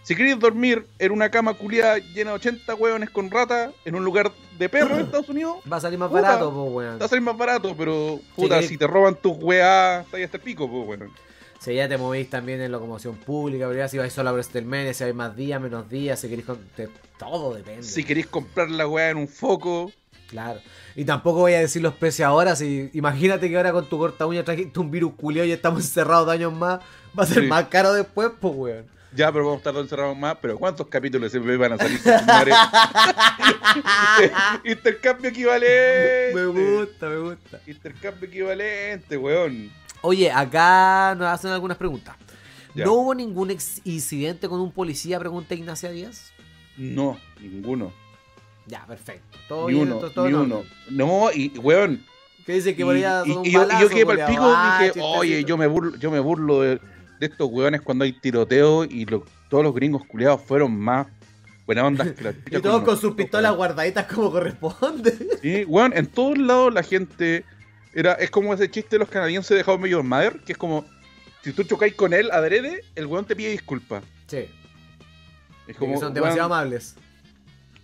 Speaker 2: si queréis dormir en una cama culiada llena de 80 hueones con rata en un lugar de perro en Estados Unidos,
Speaker 1: Va a salir más
Speaker 2: Puta.
Speaker 1: barato, pues, weón.
Speaker 2: te va a salir más barato, pero puta,
Speaker 1: Sí.
Speaker 2: si te roban tus weas, está ahí hasta el pico, pues bueno.
Speaker 1: Si ya te movís también en locomoción pública, privada, si vais solo a WrestleMania, si hay más días, menos días, si queréis con... de- Todo depende.
Speaker 2: Si queréis comprar la weá en un foco,
Speaker 1: Claro. Y tampoco voy a decir los precios ahora. Si imagínate que ahora con tu corta uña trajiste un virus culiao y estamos encerrados dos años más, va a ser
Speaker 2: Sí.
Speaker 1: más caro después, pues weón.
Speaker 2: ya, pero vamos a estar todos encerrados más. Pero ¿cuántos capítulos se van a salir? con su madre? Intercambio equivalente.
Speaker 1: Me gusta, me gusta.
Speaker 2: Intercambio equivalente, weón.
Speaker 1: Oye, acá nos hacen algunas preguntas.
Speaker 2: Ya.
Speaker 1: ¿No hubo ningún ex- incidente con un policía? Pregunta Ignacia Díaz.
Speaker 2: No, ninguno.
Speaker 1: Ya, perfecto. Todo
Speaker 2: ni
Speaker 1: bien,
Speaker 2: uno,
Speaker 1: todo- todo
Speaker 2: ni
Speaker 1: en
Speaker 2: uno.
Speaker 1: orden.
Speaker 2: No, y weón.
Speaker 1: Que dice que
Speaker 2: y,
Speaker 1: volvía
Speaker 2: y-
Speaker 1: con un
Speaker 2: y yo, y
Speaker 1: balazo,
Speaker 2: yo quedé para el
Speaker 1: culiao.
Speaker 2: pico
Speaker 1: Ah,
Speaker 2: dije,
Speaker 1: chistecito.
Speaker 2: oye, yo me burlo, yo me burlo de, de estos weones cuando hay tiroteo y lo- todos los gringos culiados fueron más buena onda que la
Speaker 1: Y
Speaker 2: chucha
Speaker 1: todos con sus
Speaker 2: nosotros,
Speaker 1: pistolas
Speaker 2: weón.
Speaker 1: guardaditas como corresponde.
Speaker 2: Sí, weón, en todos lados la gente era, es como ese chiste de los canadienses de How I Met Your Mother, que es como, si tú chocáis con él adrede, el weón te pide disculpas.
Speaker 1: Sí,
Speaker 2: Es
Speaker 1: como,
Speaker 2: como,
Speaker 1: son
Speaker 2: weón,
Speaker 1: demasiado amables.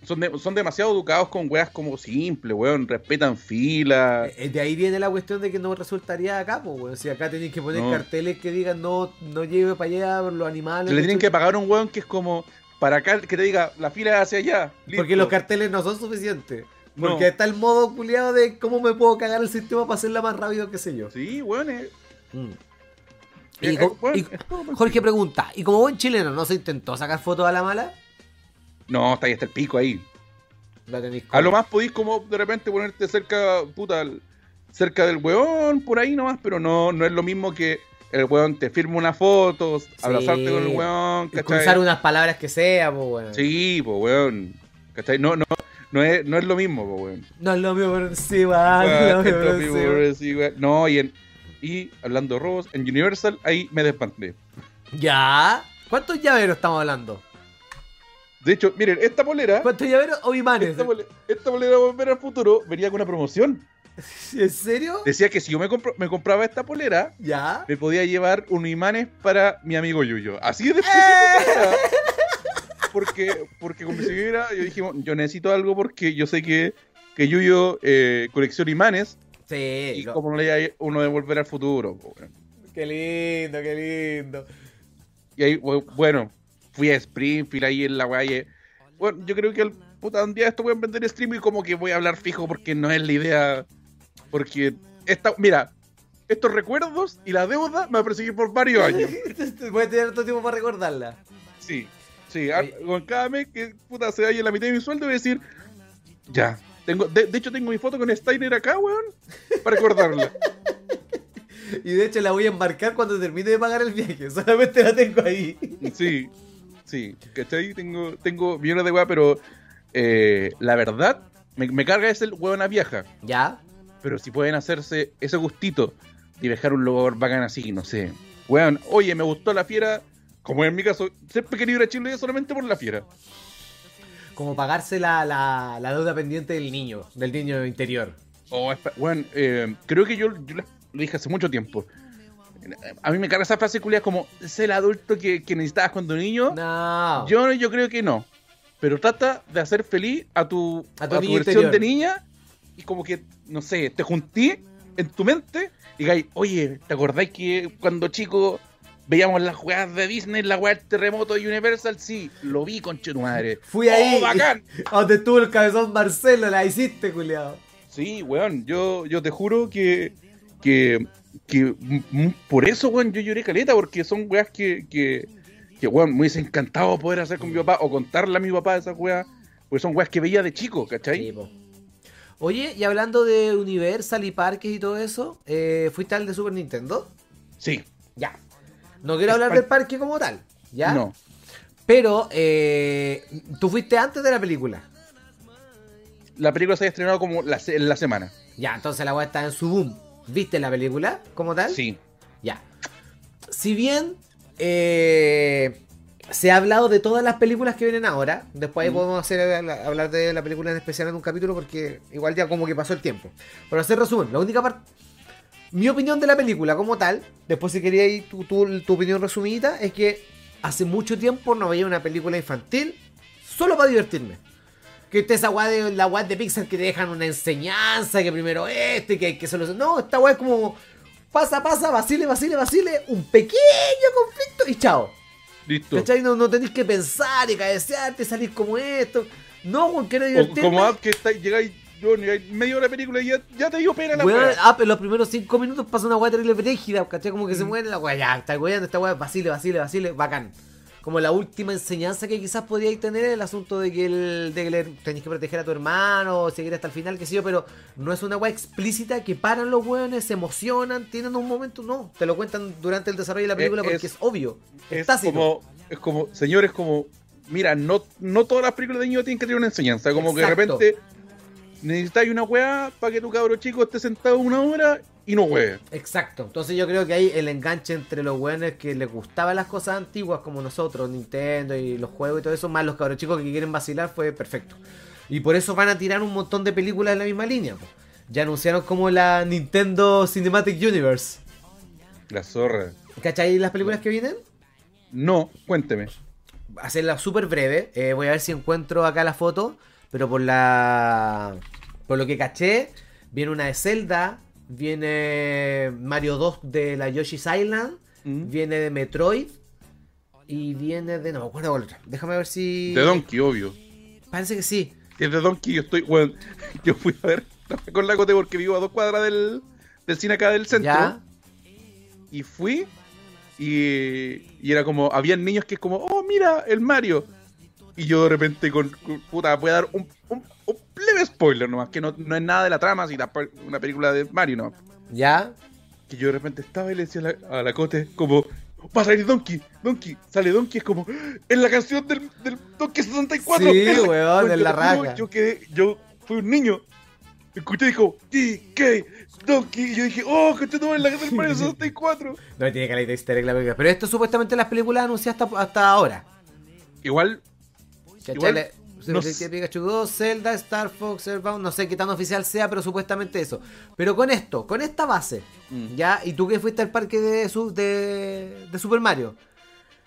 Speaker 2: son de- son demasiado educados con weas como simple, weón, respetan fila.
Speaker 1: Eh, De ahí viene la cuestión de que no resultaría acá, pues, weón. Si acá tenéis que poner
Speaker 2: No.
Speaker 1: carteles que digan no, no lleve para allá los animales.
Speaker 2: Se le
Speaker 1: la
Speaker 2: tienen que
Speaker 1: chucha".
Speaker 2: pagar a un weón que es como, para acá, que te diga, la fila es hacia allá.
Speaker 1: Porque
Speaker 2: listo.
Speaker 1: los carteles no son suficientes.
Speaker 2: No.
Speaker 1: Porque está el modo culiado de cómo me puedo cagar el sistema para hacerla más rápido, qué sé yo.
Speaker 2: Sí, weón, eh. es-
Speaker 1: Mm. Y
Speaker 2: es-
Speaker 1: co-
Speaker 2: es- weón,
Speaker 1: y-
Speaker 2: Eh, es todo mal.
Speaker 1: Jorge pregunta, ¿y como buen chileno no se intentó sacar fotos a la mala?
Speaker 2: No, está ahí hasta el pico ahí.
Speaker 1: La tenéis
Speaker 2: A lo más podís como de repente ponerte cerca, puta, al- cerca del weón, por ahí nomás, pero no, no es lo mismo que el weón te firma una foto, abrazarte con el weón,
Speaker 1: Y
Speaker 2: ¿cachai?
Speaker 1: cruzar unas palabras que sea, pues, weón.
Speaker 2: Sí, po, weón. ¿Cachai? No, no, no es, no es lo mismo, po, weón.
Speaker 1: No es lo mismo por encima, no es lo
Speaker 2: Weón,
Speaker 1: mismo
Speaker 2: es
Speaker 1: por
Speaker 2: lo mismo,
Speaker 1: encima.
Speaker 2: weón, sí, weón. No, y en, y hablando de robos, en Universal ahí me despandé.
Speaker 1: ¿Ya? ¿Cuántos llaveros estamos hablando?
Speaker 2: De hecho, miren, esta polera,
Speaker 1: ¿Cuántos llaveros o imanes?
Speaker 2: esta polera, esta polera Volver al Futuro venía con una promoción.
Speaker 1: ¿En serio?
Speaker 2: Decía que si yo me, compro- me compraba esta polera,
Speaker 1: ¿Ya?
Speaker 2: me podía llevar unos imanes para mi amigo Yuyo. Así de específico
Speaker 1: ¡Eh!
Speaker 2: era. porque, porque con mi señora yo dije, yo necesito algo porque yo sé que, que Yuyo eh, colecciona imanes
Speaker 1: Sí,
Speaker 2: y
Speaker 1: lo-
Speaker 2: como no le hay uno de volver al futuro. po, weón.
Speaker 1: qué lindo, qué lindo.
Speaker 2: Y ahí, we- bueno, fui a Springfield ahí en la calle. Bueno, yo creo que el puta un día esto voy a vender stream y como que voy a hablar fijo porque no es la idea. Porque esta, mira, estos recuerdos y la deuda me va a perseguir por varios años.
Speaker 1: Voy a tener todo tiempo para recordarla.
Speaker 2: Sí, sí, a- con cada mes que puta se vaya la mitad de mi sueldo voy a decir, ya. Tengo, de, de hecho tengo mi foto con Steiner acá, weón, para recordarla.
Speaker 1: Y de hecho la voy a embarcar cuando termine de pagar el viaje. Solamente la tengo ahí.
Speaker 2: Sí, sí, ¿cachai? Tengo, tengo millones de weá, pero eh, la verdad, me, me carga ese weón a vieja.
Speaker 1: ¿Ya?
Speaker 2: Pero si pueden hacerse ese gustito y dejar un lugar bacán así, no sé, Weón, oye, me gustó la fiera. Como en mi caso, siempre he querido ir a Chile solamente por la fiera.
Speaker 4: Como pagarse la, la, la deuda pendiente del niño, del niño interior.
Speaker 2: Oh, espa- weón, eh, creo que yo, yo la- lo dije hace mucho tiempo. A mí me carga esa frase culia como, es el adulto que, que necesitabas cuando niño.
Speaker 4: No.
Speaker 2: Yo, yo creo que no. Pero trata de hacer feliz a tu,
Speaker 4: A tu niño
Speaker 2: versión
Speaker 4: interior.
Speaker 2: de niña y como que, no sé, te juntí en tu mente y digáis, oye, ¿te acordáis que cuando chico veíamos las jugadas de Disney, la jugada del terremoto de Universal? Sí, lo vi, conche tu madre.
Speaker 4: Fui ahí.
Speaker 2: ¡Oh, bacán!
Speaker 4: A
Speaker 1: Ah,
Speaker 4: donde estuvo el cabezón Marcelo, la hiciste, culiado.
Speaker 2: Sí, weón, yo, yo te juro que, que, que m- m- por eso, weón, yo lloré caleta, porque son weas que, que, que, weón, me hubiese encantado poder hacer con mi papá o contarle a mi papá esas weas, porque son weas que veía de chico, ¿cachai?
Speaker 1: Oye, y hablando de Universal y parques y todo eso, eh, ¿fuiste al de Super Nintendo?
Speaker 2: Sí,
Speaker 1: Ya. No quiero hablar del parque como tal, ¿ya?
Speaker 2: no.
Speaker 1: Pero, eh, tú fuiste antes de la película.
Speaker 2: La película se ha estrenado como la, se- en la semana.
Speaker 1: Ya, entonces la weá está en su boom. ¿Viste la película como tal?
Speaker 2: Sí.
Speaker 1: Ya. Si bien eh, se ha hablado de todas las películas que vienen ahora, después ahí podemos hacer, hablar de la película en especial en un capítulo porque igual ya como que pasó el tiempo. Pero hacer resumen, la única parte... Mi opinión de la película como tal, después si quería ir tu, tu- tu opinión resumida, es que hace mucho tiempo no veía una película infantil solo para divertirme. Que usted esa weá de la weá de Pixar que te dejan una enseñanza, que primero este, que, que solo... No, esta weá es como pasa, pasa, vacile, vacile, vacile, un pequeño conflicto y chao.
Speaker 2: Listo.
Speaker 1: ¿Cachai? No, no tenés que pensar y cabecearte, salir como esto. No, weón, quiero
Speaker 2: O
Speaker 1: divertirme.
Speaker 2: como app que está, llegáis, yo llegáis medio hora de película y ya, ya te dio pena la
Speaker 1: Weón,
Speaker 2: wea.
Speaker 1: ah, pero los primeros cinco minutos pasa una weá terrible brígida, ¿cachai? Como que
Speaker 2: Mm.
Speaker 1: se muere la weá, ya, está weando, esta weá, vacile, vacile, vacile, bacán. Como la última enseñanza que quizás podíais tener el asunto de que, el, de que le- tenés que proteger a tu hermano, seguir hasta el final, qué sé yo, pero no es una weá explícita que paran los weones, se emocionan, tienen un momento, no, te lo cuentan durante el desarrollo de la película
Speaker 2: Eh,
Speaker 1: porque es,
Speaker 2: es-
Speaker 1: obvio, es
Speaker 2: Es
Speaker 1: tácito.
Speaker 2: como, es como, señores, como, mira, no, no todas las películas de niños tienen que tener una enseñanza. Como que de
Speaker 1: Exacto.
Speaker 2: repente necesitáis una weá para que tu cabro chico esté sentado una hora y no wee.
Speaker 1: Exacto. Entonces yo creo que ahí el enganche entre los weones que les gustaban las cosas antiguas como nosotros, Nintendo y los juegos y todo eso, más los cabros chicos que quieren vacilar, fue perfecto. Y por eso van a tirar un montón de películas en la misma línea. po. Ya anunciaron como la Nintendo Cinematic Universe.
Speaker 2: La zorra.
Speaker 1: ¿Cachai las películas que vienen?
Speaker 2: No, cuénteme.
Speaker 1: hacerla súper breve. eh, voy a ver si encuentro acá la foto. Pero por la. Por lo que caché, viene una de Zelda. Viene Mario 2 de la Yoshi's Island.
Speaker 2: Mm.
Speaker 1: Viene de Metroid. Y viene de. No me acuerdo cuál otra. Déjame ver si.
Speaker 2: De Donkey, obvio.
Speaker 1: Parece que sí.
Speaker 2: Si es de Donkey, yo estoy, weón. Yo fui a ver con la cote porque vivo a dos cuadras del, del cine acá del centro.
Speaker 1: Ya.
Speaker 2: y fui y, y era como, habían niños que es como, oh, mira, el Mario. Y yo de repente con, con- puta, voy a dar un, un- un leve spoiler nomás, que no, no es nada de la trama, si la, pe- una película de Mario no.
Speaker 1: Ya.
Speaker 2: Que yo de repente estaba y le decía a la, a la Cote como, va a salir Donkey, Donkey, sale Donkey, es como, es la canción del, del Donkey 64.
Speaker 4: Sí,
Speaker 2: es la-
Speaker 4: weón,
Speaker 2: Yo
Speaker 4: en la
Speaker 2: te juro,
Speaker 4: raja.
Speaker 2: Yo quedé, yo fui un niño, escuché y dijo, TK, Donkey, y yo dije, oh, que te en la canción del Mario 64.
Speaker 1: No me tiene caleta de easter egg la película. Pero esto supuestamente las películas anunciadas hasta, hasta ahora.
Speaker 2: Igual
Speaker 1: ¿Cachai?
Speaker 2: Igual,
Speaker 1: Le-
Speaker 2: no
Speaker 1: Detective
Speaker 2: sé.
Speaker 1: Pikachu 2, Zelda, Star Fox, Earthbound, no sé qué tan oficial sea, pero supuestamente eso. Pero con esto, con esta base,
Speaker 2: Mm.
Speaker 1: ¿ya? Y tú que fuiste al parque de, su- de, de Super Mario,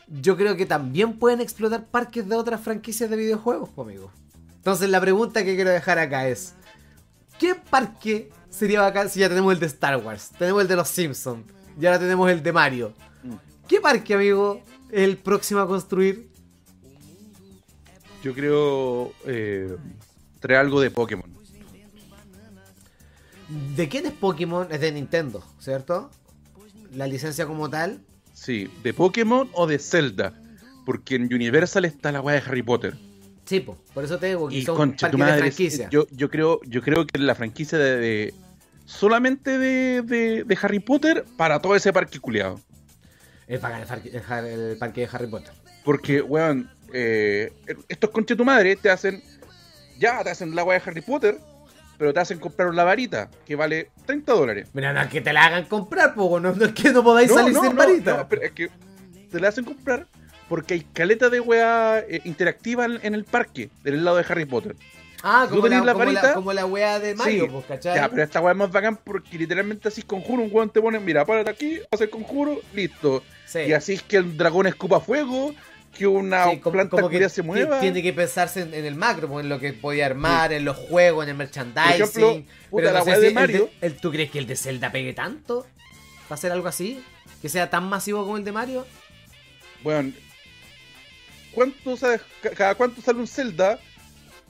Speaker 1: yo creo que también pueden explotar parques de otras franquicias de videojuegos, po, amigo. Entonces la pregunta que quiero dejar acá es, ¿qué parque sería bacán si ya tenemos el de Star Wars, tenemos el de los Simpsons y ahora tenemos el de Mario?
Speaker 2: Mm.
Speaker 1: ¿Qué parque, amigo, es el próximo a construir?
Speaker 2: Yo creo eh, trae algo de Pokémon.
Speaker 1: ¿De quién es Pokémon? Es de Nintendo, ¿cierto? La licencia como tal.
Speaker 2: Sí, de Pokémon o de Zelda. Porque en Universal está la weá de Harry Potter.
Speaker 1: Sí, po, por eso te digo que
Speaker 2: Y
Speaker 1: son
Speaker 2: concha,
Speaker 1: parques de
Speaker 2: tu madre.
Speaker 1: franquicia.
Speaker 2: Yo, yo, creo, yo creo que la franquicia de. de- solamente de, de- de Harry Potter para todo ese parque culiado.
Speaker 1: Es bacán el, parque- el Har- el parque de Harry Potter.
Speaker 2: Porque, weón, eh, estos conches tu madre te hacen. Ya, te hacen la weá de Harry Potter, pero te hacen comprar la varita, que vale 30 dólares.
Speaker 4: Mira, no es que te la hagan comprar, po, no, no es que no podáis
Speaker 2: No,
Speaker 4: salir
Speaker 2: no,
Speaker 4: sin
Speaker 2: no,
Speaker 4: varita.
Speaker 2: no, pero es que te la hacen comprar porque hay caleta de weá eh, interactiva en, en el parque, del lado de Harry Potter.
Speaker 4: ah,
Speaker 2: tú tenés la
Speaker 4: como,
Speaker 2: varita.
Speaker 4: como la wea de Mario,
Speaker 2: Sí.
Speaker 4: pues, ¿cachai?
Speaker 2: Ya, pero esta weá es más bacán porque literalmente así conjuro, un weón te pone, mira, párate aquí, haz el conjuro, listo.
Speaker 4: Sí.
Speaker 2: Y así es que el dragón escupa fuego, que una
Speaker 4: Sí, como-
Speaker 2: planta
Speaker 4: como que
Speaker 2: culia se
Speaker 4: ti-
Speaker 2: mueva.
Speaker 4: Tiene que pensarse en, en el macro, pues, en lo que podía armar, en los juegos, en el merchandising.
Speaker 2: ejemplo, puta,
Speaker 4: pero
Speaker 2: la
Speaker 4: no sé
Speaker 2: weá
Speaker 4: si
Speaker 2: de
Speaker 4: el
Speaker 2: Mario.
Speaker 4: el- ¿Tú crees que el de Zelda pegue tanto?
Speaker 1: ¿Va a ser algo así? ¿Que sea tan masivo como el de Mario?
Speaker 2: Bueno, ¿cuánto sabes- ca- cada cuánto sale un Zelda?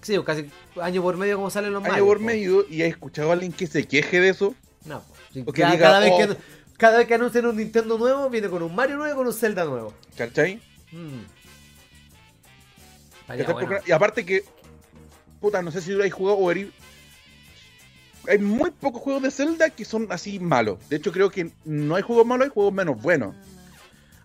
Speaker 1: Sí, o casi año por medio como salen los
Speaker 2: Año
Speaker 1: Mario,
Speaker 2: por
Speaker 1: po.
Speaker 2: medio, y he escuchado a alguien que se queje de eso.
Speaker 1: No, po. Sí,
Speaker 2: O que
Speaker 1: cada,
Speaker 2: diga,
Speaker 1: cada vez
Speaker 2: oh.
Speaker 1: que, cada vez que anuncian un Nintendo nuevo, viene con un Mario nuevo y con un Zelda nuevo.
Speaker 2: ¿Cachai?
Speaker 1: Mm.
Speaker 4: Estaría
Speaker 2: ¿Cachai?
Speaker 4: Ah, bueno.
Speaker 2: Porque- Y aparte que, puta, no sé si lo habéis jugado o eres- Hay muy pocos juegos de Zelda que son así malos. De hecho, creo que no hay juegos malos, hay juegos menos buenos.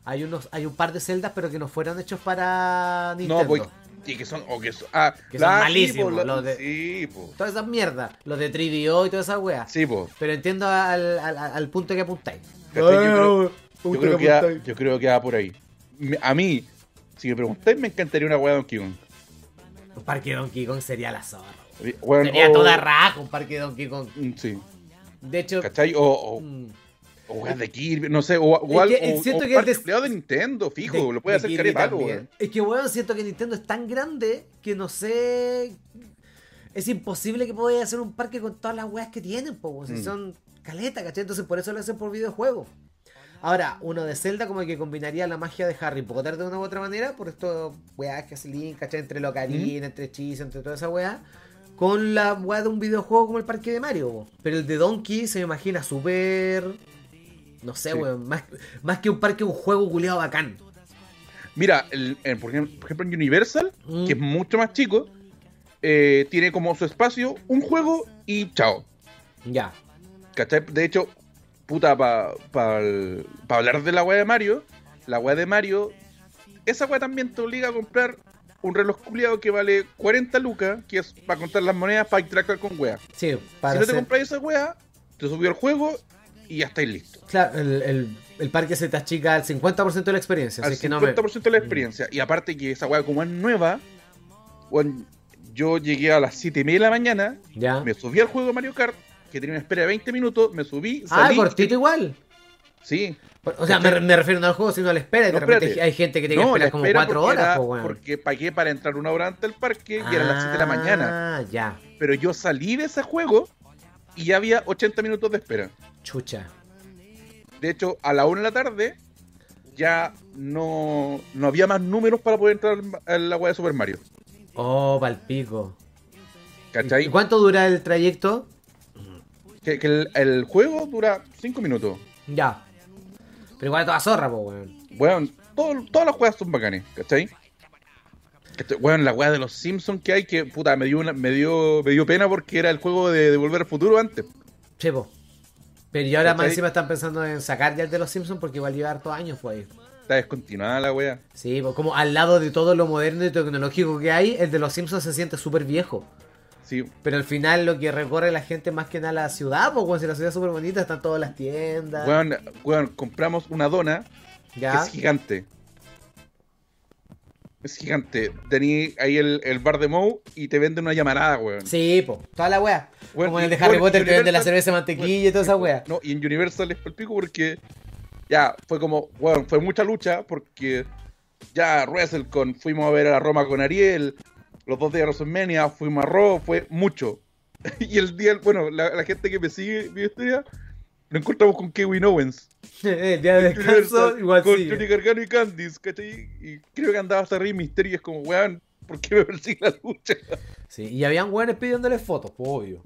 Speaker 1: Hay, unos, hay un par de celdas, pero que no fueron hechos para Nintendo.
Speaker 2: No, pues, y que son, o que son, ah,
Speaker 1: Que
Speaker 2: la-
Speaker 1: son
Speaker 2: sí,
Speaker 1: malísimos,
Speaker 2: po, la-
Speaker 1: los de-
Speaker 2: Sí, po.
Speaker 1: Todas esas mierdas. Los de 3DO y todas esas weas.
Speaker 2: Sí, po.
Speaker 1: Pero entiendo al, al- al punto que apuntáis.
Speaker 2: ¿Cachai? Yo creo-
Speaker 4: Puta
Speaker 2: Yo creo,
Speaker 4: que
Speaker 2: que va,
Speaker 4: apuntáis.
Speaker 2: yo creo que va por ahí. Me- A mí, si me preguntáis, me encantaría una weá de Donkey Kong.
Speaker 4: Un parque de Donkey Kong sería la zorra. weón.
Speaker 2: Weón,
Speaker 4: Sería
Speaker 2: o-
Speaker 4: toda raja un parque de Donkey Kong.
Speaker 2: Mm, Sí,
Speaker 4: De hecho,
Speaker 2: ¿cachai? O, o,
Speaker 4: mm,
Speaker 2: o weas de Kirby, no sé, o, o,
Speaker 4: Es que,
Speaker 2: algo- o-
Speaker 4: siento
Speaker 2: o
Speaker 4: que el
Speaker 2: parque
Speaker 4: de-
Speaker 2: culiao de Nintendo, fijo,
Speaker 4: de-
Speaker 2: lo puede
Speaker 4: de
Speaker 2: hacer
Speaker 4: Kirby
Speaker 2: Carepalo,
Speaker 4: también.
Speaker 2: weón.
Speaker 1: Es que, weón, siento que Nintendo es tan grande que no sé. Es imposible que podáis hacer un parque con todas las weas que tienen, po, weón. Si
Speaker 2: Mm.
Speaker 1: son caleta, ¿cachai? Entonces por eso lo hacen por videojuego. Ahora, uno de Zelda como que combinaría la magia de Harry Potter de una u otra manera, por esto, weas que hace Link, ¿cachai? Entre locarina, entre hechizo, entre toda esa wea. Con la wea de un videojuego como el parque de Mario, po. Pero el de Donkey se me imagina súper. No sé,
Speaker 2: Sí.
Speaker 1: weón. Más, más que un parque, un juego culiado bacán.
Speaker 2: Mira, el- el- por, ejemplo, por ejemplo, en Universal,
Speaker 1: Mm.
Speaker 2: que es mucho más chico, eh, tiene como su espacio un juego y chao.
Speaker 1: Ya.
Speaker 2: ¿Cachai? De hecho, puta, para hablar de la weá de Mario, la weá de Mario, esa weá también te obliga a comprar un reloj culiado que vale 40 lucas, que es para contar las monedas para interactuar con weá.
Speaker 1: Sí,
Speaker 2: Si
Speaker 1: para
Speaker 2: no te
Speaker 1: hacer-
Speaker 2: compras esa weá, te subió el juego y ya estáis listo.
Speaker 1: Claro, el, el- el parque se te achica al 50% de la experiencia.
Speaker 2: Al
Speaker 1: Así que no Mm. me...
Speaker 2: 50% de la experiencia. Y aparte que esa weá como es nueva, weón, yo llegué a las 7 y media de la mañana,
Speaker 1: Ya.
Speaker 2: me subí al juego de Mario Kart, que tenía una espera de 20 minutos, me subí,
Speaker 1: Ah,
Speaker 2: salí.
Speaker 1: cortito igual.
Speaker 2: Sí,
Speaker 1: O sea, me, me refiero no al juego, sino a la espera. y de
Speaker 2: No,
Speaker 1: repente
Speaker 2: espérate.
Speaker 1: hay gente que tiene que
Speaker 2: la
Speaker 1: esperar como
Speaker 2: espera
Speaker 1: 4
Speaker 2: porque
Speaker 1: horas,
Speaker 2: era-
Speaker 1: po, weón.
Speaker 2: Porque pagué para entrar una hora antes del parque y eran las 7 de la mañana.
Speaker 1: Ah, ya.
Speaker 2: Pero yo salí de ese juego y ya había 80 minutos de espera.
Speaker 1: Chucha.
Speaker 2: De hecho, a la 1 de la tarde ya no, no había más números para poder entrar al- a la web de Super Mario.
Speaker 1: Oh, palpico. ¿Y
Speaker 2: ¿Cachai?
Speaker 1: cuánto dura el trayecto?
Speaker 2: Que, que el, el juego dura 5 minutos.
Speaker 1: Ya. Pero igual toda zorra, po, weón.
Speaker 2: Weón, todo- todas las weas son bacanes, ¿cachai? Este, weón, la wea de los Simpsons que hay, que puta, me dio, una- me dio, me dio pena porque era el juego de, de Volver al Futuro antes.
Speaker 1: Sí, po. Pero y ahora más
Speaker 2: ¿Cachai?
Speaker 1: encima están pensando en sacar ya el de los Simpsons porque igual lleva hartos años, pues.
Speaker 2: Está descontinuada la wea.
Speaker 1: Sí, po, como al lado de todo lo moderno y tecnológico que hay, el de los Simpsons se siente súper viejo.
Speaker 2: Sí,
Speaker 1: Pero al final lo que recorre la gente más que nada la ciudad, pues si la ciudad es súper bonita, están todas las tiendas.
Speaker 2: Weón, weón, compramos una dona que
Speaker 1: ya.
Speaker 2: es gigante. Es gigante. Tení ahí el, el bar de Moe y te venden una llamarada, weón.
Speaker 1: Sí, pues, toda la wea.
Speaker 2: Weón,
Speaker 1: Como en el
Speaker 2: y-
Speaker 1: de Harry
Speaker 2: weón,
Speaker 1: Potter que vende la
Speaker 2: Universal-
Speaker 1: cerveza de mantequilla y toda esa wea.
Speaker 2: No, y en Universal es palpico porque ya fue como, weón, fue mucha lucha porque ya WrestleCon fuimos a ver a la Roma con Ariel, los dos días de WrestleMania fuimos a Raw, fue mucho. y el día, bueno, la, la gente que me sigue mi historia, lo encontramos con Kevin Owens.
Speaker 1: el día de descanso,
Speaker 2: Universal,
Speaker 1: igual
Speaker 2: con
Speaker 1: sí.
Speaker 2: Johnny Gargano y Candice, ¿cachai? Y creo que andaba hasta arriba y Misterio y es como, weón, ¿por qué me persigue la lucha?
Speaker 1: Sí, y habían weones pidiéndole fotos, pues, obvio.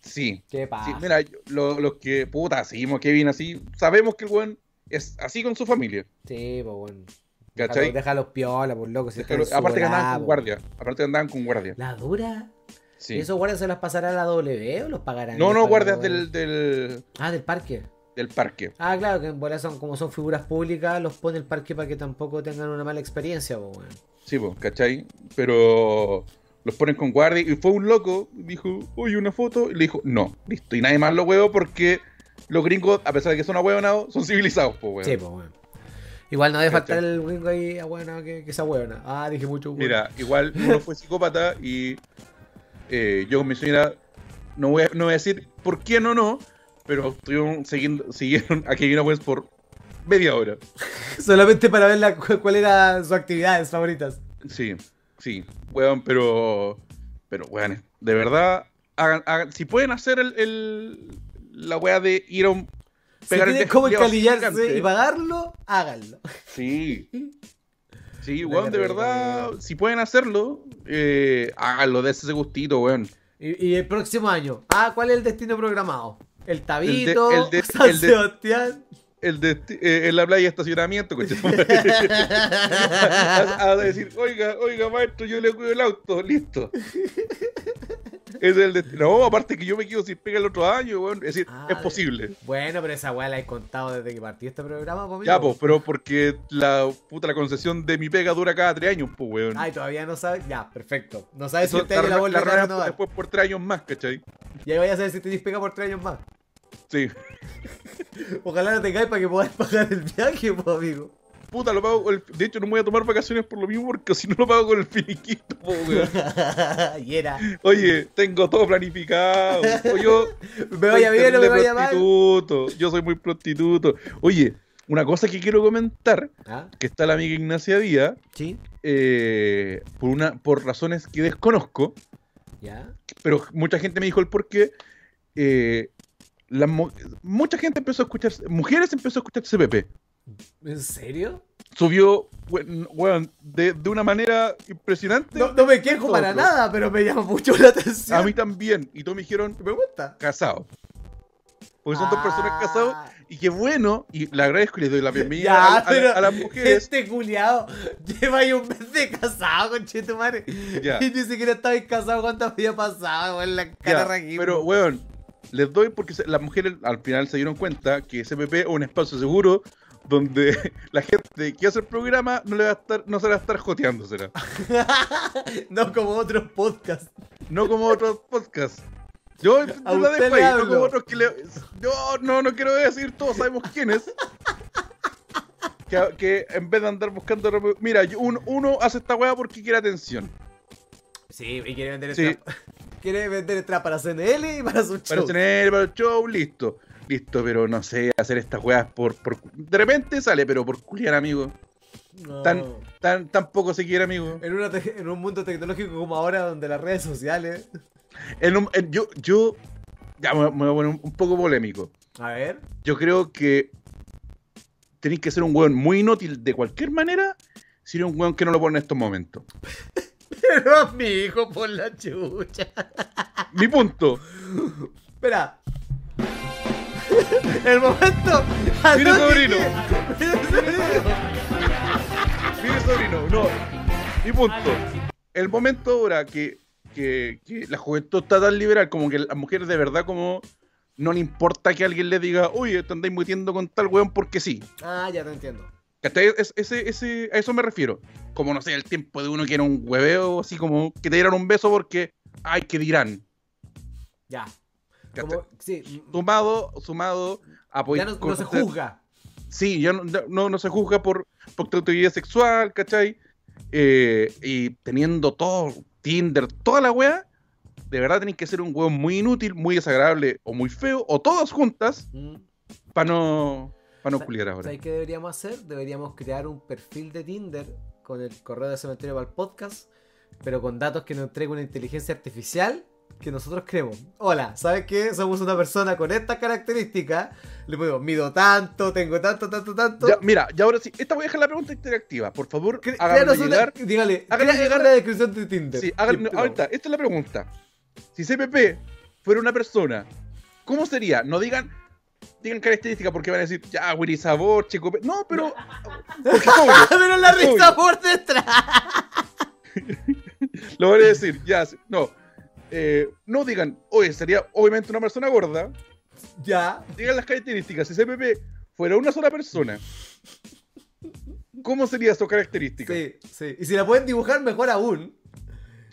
Speaker 2: Sí,
Speaker 1: Qué
Speaker 2: sí,
Speaker 1: pasa.
Speaker 2: mira, yo- lo- los que, puta, seguimos a Kevin así, sabemos que el weón es así con su familia,
Speaker 1: Sí, pues, bueno.
Speaker 2: ¿cachai?
Speaker 1: Deja los piola, por loco. Si están
Speaker 2: Pero
Speaker 1: en su
Speaker 2: aparte que
Speaker 1: volada,
Speaker 2: andaban con
Speaker 1: po.
Speaker 2: guardia, aparte que andaban con guardia,
Speaker 1: La dura.
Speaker 2: sí.
Speaker 1: ¿Y esos guardias se las pasará a la W o los pagarán?
Speaker 2: No,
Speaker 1: ellos
Speaker 2: no,
Speaker 1: para
Speaker 2: guardias
Speaker 1: los
Speaker 2: del, del,
Speaker 1: weones? Ah, del parque.
Speaker 2: del parque,
Speaker 1: Ah, claro, que en bola son como son figuras públicas, los pone el parque para que tampoco tengan una mala experiencia, po, weón.
Speaker 2: sí, po, ¿cachai? Pero, Los ponen con guardia y fue un loco, dijo, uy, una foto, y le dijo, no, listo. Y nadie más lo huevo porque los gringos, a pesar de que son ahueonados, son civilizados, po, weón.
Speaker 1: Sí, pues, weón. Igual no debe
Speaker 2: Cachai.
Speaker 1: faltar el gringo ahí, ah, bueno, que, que esa huevona. Ah, dije mucho, weón.
Speaker 2: Mira, igual uno fue psicópata y eh, yo con mi señora, no voy, a, no voy a decir por qué no, no, pero estuvieron siguiendo, siguieron a Kevin Owens por media hora.
Speaker 1: Solamente para ver la, cu- cuál era sus actividades favoritas.
Speaker 2: Sí, sí, weón, pero, pero, weón, de verdad, hagan, hagan- si pueden hacer el, el- la weá de ir a un...
Speaker 1: Si tienen
Speaker 2: dedo
Speaker 1: cómo
Speaker 2: culiao
Speaker 1: encalillarse
Speaker 2: gigante.
Speaker 1: y pagarlo, háganlo.
Speaker 2: Sí. Sí,
Speaker 1: Una
Speaker 2: weón, de
Speaker 1: carrera,
Speaker 2: verdad,
Speaker 1: weón.
Speaker 2: si pueden hacerlo, eh, háganlo de ese gustito, weón.
Speaker 1: Y, y el próximo año. Ah, ¿cuál es el destino programado? El Tabito,
Speaker 2: el de-
Speaker 1: San
Speaker 2: el de-
Speaker 1: Sebastián.
Speaker 2: el de, eh, en la playa de estacionamiento, coche. tu madre. a, a decir, oiga, oiga, maestro, yo le cuido el auto, listo. Es el de, no, aparte que yo me quedo sin pega el otro año, weón. Es decir,
Speaker 1: Ah,
Speaker 2: es posible.
Speaker 1: Bueno, pero esa weá la he contado desde que partió este programa, po,
Speaker 2: Ya,
Speaker 1: amigo.
Speaker 2: pues, pero porque la puta la concesión de mi pega dura cada tres años, pues, weón.
Speaker 1: Ay, todavía no sabes. Ya, perfecto. No sabes si
Speaker 2: Entonces,
Speaker 1: este año la
Speaker 2: re-
Speaker 1: vuelta a
Speaker 2: renuevan
Speaker 1: renovar.
Speaker 2: después por tres años más, ¿cachai?
Speaker 1: Y ahí vayas a saber si tenéis pega por tres años más.
Speaker 2: Sí.
Speaker 1: Ojalá no te caigas para que podáis pagar el viaje, po, amigo.
Speaker 2: Puta, lo pago. con el- de hecho, no me voy a tomar vacaciones por lo mismo, porque si no lo pago con el finiquito, po, weón.
Speaker 1: y era.
Speaker 2: Oye, tengo todo planificado. O yo
Speaker 1: Me vaya
Speaker 2: soy
Speaker 1: bien o me
Speaker 2: terrible
Speaker 1: vaya mal.
Speaker 2: prostituto. Yo soy muy prostituto. Oye, una cosa que quiero comentar,
Speaker 1: ¿Ah?
Speaker 2: que está la amiga Ignacia Díaz,
Speaker 1: Sí,
Speaker 2: eh, por, una, por razones que desconozco,
Speaker 1: ya.
Speaker 2: pero mucha gente me dijo el por qué. eh, la mu- mucha gente empezó a escuchar, mujeres empezó a escuchar CPP.
Speaker 1: ¿En serio?
Speaker 2: Subió, weón, weón, de, de una manera impresionante.
Speaker 1: No, no me quejo para
Speaker 2: Todo.
Speaker 1: nada, pero me llama mucho la atención.
Speaker 2: A mí también. Y todos me dijeron,
Speaker 1: me gusta.
Speaker 2: casado. Porque Pues son dos personas casadas
Speaker 1: Ah,
Speaker 2: Y qué bueno, y le agradezco y les doy la bienvenida
Speaker 1: Ya,
Speaker 2: a, a-
Speaker 1: pero-
Speaker 2: a las mujeres.
Speaker 1: Este culiado lleva ahí un mes de casado, conchetumare.
Speaker 2: Ya.
Speaker 1: Y ni siquiera estabais casado cuánto había pasado, weón, la cara
Speaker 2: Ya,
Speaker 1: raquín.
Speaker 2: pero, weón, les doy porque se- las mujeres al final se dieron cuenta que CPP es un espacio seguro donde la gente que hace el programa no, le va a estar, no se la va a estar joteándosela.
Speaker 1: No como otros podcasts.
Speaker 2: No como otros podcasts. Yo no la
Speaker 1: usted
Speaker 2: dejo
Speaker 1: le
Speaker 2: ahí, no
Speaker 1: hablo.
Speaker 2: como otros que le. Yo no, no quiero decir, todos sabemos quién es. Que, que en vez de andar buscando. Mira, yo- un- uno hace esta weá porque quiere atención.
Speaker 1: Sí, y quiere vender
Speaker 2: Sí.
Speaker 1: strap. Quiere vender strap para CNL y para su
Speaker 2: Para
Speaker 1: show.
Speaker 2: tener para el show, listo. Listo, pero no sé, hacer estas weas por, por- De repente sale, pero por culiar, amigo.
Speaker 1: No.
Speaker 2: Tan, tan, tan poco se quiere, amigo.
Speaker 1: En, una te- en un mundo tecnológico como ahora, donde las redes sociales.
Speaker 2: En un- en- yo, yo. Ya me, me voy a poner un, un poco polémico.
Speaker 1: A ver.
Speaker 2: Yo creo que tenéis que ser un weón muy inútil de cualquier manera. Si eres un weón que no lo pone en estos momentos.
Speaker 1: Pero a mi hijo por la chucha.
Speaker 2: Mi punto.
Speaker 1: Espera. El momento.
Speaker 2: Mire, sobrino.
Speaker 1: Mire, sobrino.
Speaker 2: Mi sobrino, no. Mi punto. El momento ahora que, que- que la juventud está tan liberal, como que las mujeres de verdad como no le importa que alguien le diga, oye, te andáis metiendo con tal weón porque sí.
Speaker 1: Ah, ya te entiendo.
Speaker 2: ¿Cachai? Es- ese, ese, a eso me refiero. Como no sé, el tiempo de uno que era un hueveo, así como que te dieran un beso porque, ay, que dirán.
Speaker 1: Ya.
Speaker 2: ¿Cachai?
Speaker 1: Como, sí. mm,
Speaker 2: Sumado, sumado a poder
Speaker 1: Ya no, no se
Speaker 2: conocer-
Speaker 1: juzga.
Speaker 2: Sí, ya no, no, no se juzga por, por tu actividad sexual, ¿cachai? Eh, y teniendo todo, Tinder, toda la weá, de verdad tenés que ser un weón muy inútil, muy desagradable o muy feo, o todas juntas,
Speaker 1: Mm.
Speaker 2: para no, pa no
Speaker 1: Sa-
Speaker 2: culiar ahora.
Speaker 1: ¿Sabes qué deberíamos hacer? Deberíamos crear un perfil de Tinder con el correo de cementerio para el podcast, pero con datos que nos entregue una inteligencia artificial que nosotros creemos. Hola, ¿sabes qué? Somos una persona con estas características. Le ponemos, mido tanto, tengo tanto, tanto, tanto.
Speaker 2: Ya, mira, y ahora sí, esta voy a dejar la pregunta interactiva. Por favor,
Speaker 1: Cre-
Speaker 2: háganlo
Speaker 1: créanos una-
Speaker 2: llegar.
Speaker 1: dígale,
Speaker 2: háganos
Speaker 1: créanos
Speaker 2: llegar-
Speaker 1: la descripción de Tinder.
Speaker 2: Sí, háganlo-
Speaker 1: Y-
Speaker 2: ahorita, esta es la pregunta. Si CPP fuera una persona, ¿cómo sería? No digan. Digan características porque van a decir, ya, Willy Sabor, chico. pe-". No, pero. Porque es obvio.
Speaker 1: ¡Ah, pero la
Speaker 2: Obvio.
Speaker 1: risa por detrás!
Speaker 2: Lo voy a decir, ya, sí, no. Eh, no digan, oye, sería obviamente una persona gorda.
Speaker 1: Ya.
Speaker 2: Digan las características. Si CPP fuera una sola persona, ¿cómo serían sus características?
Speaker 1: Sí, sí. Y si la pueden dibujar, mejor aún.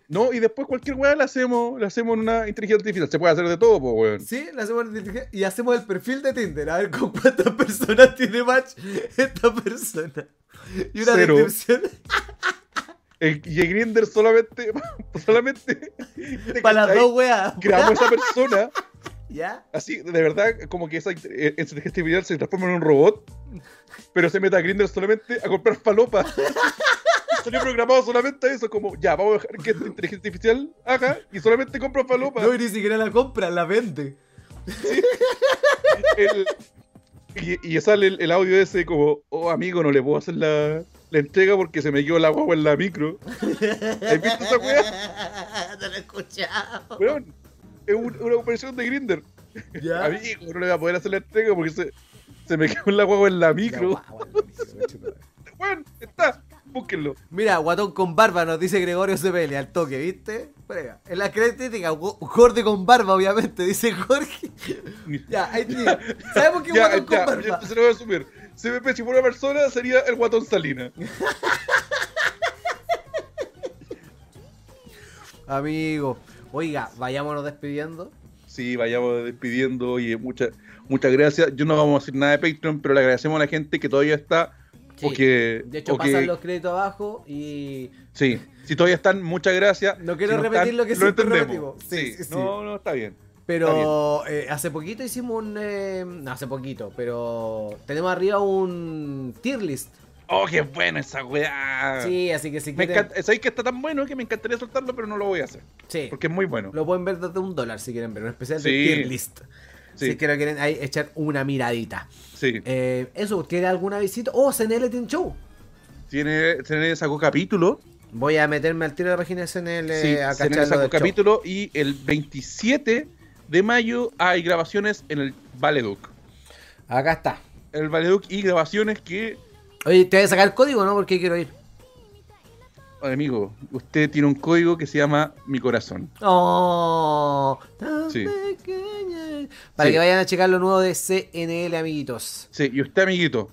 Speaker 2: No, y después cualquier weá la hacemos, la hacemos en una inteligencia artificial. Se puede hacer de todo, pues, weón.
Speaker 1: Sí, la hacemos identificar y hacemos el perfil de Tinder. A ver con cuántas personas tiene match esta persona. Y una
Speaker 2: Cero.
Speaker 1: descripción
Speaker 2: El- y el Grinder solamente. solamente. ¿te
Speaker 1: para las
Speaker 2: cachai?
Speaker 1: dos weas.
Speaker 2: Creamos esa persona.
Speaker 1: ¿Ya?
Speaker 2: Así, de verdad, como que esa int- eh, inteligencia artificial se transforma en un robot. Pero se mete a Grinder solamente a comprar falopa. Salió programado solamente a eso, como ya, vamos a dejar que esta inteligencia artificial haga y solamente compra falopa.
Speaker 1: No, y ni siquiera la compra, la vende.
Speaker 2: el- y, y sale el, el audio ese como, oh amigo, no le puedo hacer la, la entrega porque se me quedó la guagua en la micro. ¿Has visto esa weá?
Speaker 1: No la he escuchado.
Speaker 2: Weón, es un- una operación de Grinder.
Speaker 1: ¿Ya?
Speaker 2: Amigo, no le voy a poder hacer la entrega porque se, se me quedó la guagua en la micro.
Speaker 1: La guagua, la micro, chuta.
Speaker 2: Weón, está, búsquenlo.
Speaker 1: Mira, guatón con barba, nos dice Gregorio Cepele al toque, ¿viste? Prega. En la crítica, gu- gordo con barba, obviamente, dice Jorge. Ya, ahí tiene. Sabemos que es
Speaker 2: Ya,
Speaker 1: guatón con
Speaker 2: ya, ya,
Speaker 1: barba.
Speaker 2: se lo voy a asumir. CPP, si fuera una persona, sería el guatón Salina.
Speaker 1: Amigo, oiga, vayámonos despidiendo.
Speaker 2: Sí, vayamos despidiendo. Oye, muchas muchas gracias. Yo no vamos a hacer nada de Patreon, pero le agradecemos a la gente que todavía está.
Speaker 5: Sí.
Speaker 2: o que-
Speaker 5: De hecho,
Speaker 2: o que-
Speaker 5: pasan los créditos abajo y.
Speaker 2: Sí, si todavía están, muchas gracias.
Speaker 1: No quiero
Speaker 2: Si
Speaker 1: repetir lo que siempre repetimos.
Speaker 2: entendemos.
Speaker 1: Sí, sí, sí.
Speaker 2: No, no, está bien.
Speaker 1: Pero eh, hace poquito hicimos un. eh, no, hace poquito, pero tenemos arriba un tier list.
Speaker 2: Oh, qué bueno esa weá.
Speaker 1: Sí, así que si
Speaker 2: Ah. Me
Speaker 1: quieren.
Speaker 2: encanta, sabéis que está tan bueno que me encantaría soltarlo, pero no lo voy a hacer.
Speaker 1: Sí,
Speaker 2: Porque es muy bueno.
Speaker 1: lo pueden ver desde un dólar si quieren ver, un especial de
Speaker 2: Sí.
Speaker 1: tier list.
Speaker 2: Sí,
Speaker 1: Si es que lo quieren ahí echar una miradita.
Speaker 2: sí.
Speaker 1: Eh, eso, ¿tiene alguna visita? Oh, CNL Teen Show.
Speaker 2: Tiene, tiene sacó capítulo.
Speaker 1: Voy a meterme al tiro de la página de CNL
Speaker 2: Sí,
Speaker 1: a
Speaker 2: se
Speaker 1: cachar lo
Speaker 2: sacó
Speaker 1: del show.
Speaker 2: capítulo. Y el 27 de mayo hay grabaciones en el Valeduc.
Speaker 1: Acá está.
Speaker 2: El Valeduc y grabaciones que,
Speaker 1: Oye, te voy a sacar el código, ¿no? Porque quiero ir.
Speaker 2: amigo, usted tiene un código que se llama Mi Corazón.
Speaker 1: Oh, tan
Speaker 2: Sí.
Speaker 1: pequeña. Para
Speaker 2: Sí.
Speaker 1: que vayan a checar lo nuevo de CNL, amiguitos.
Speaker 2: Sí, y usted, amiguito.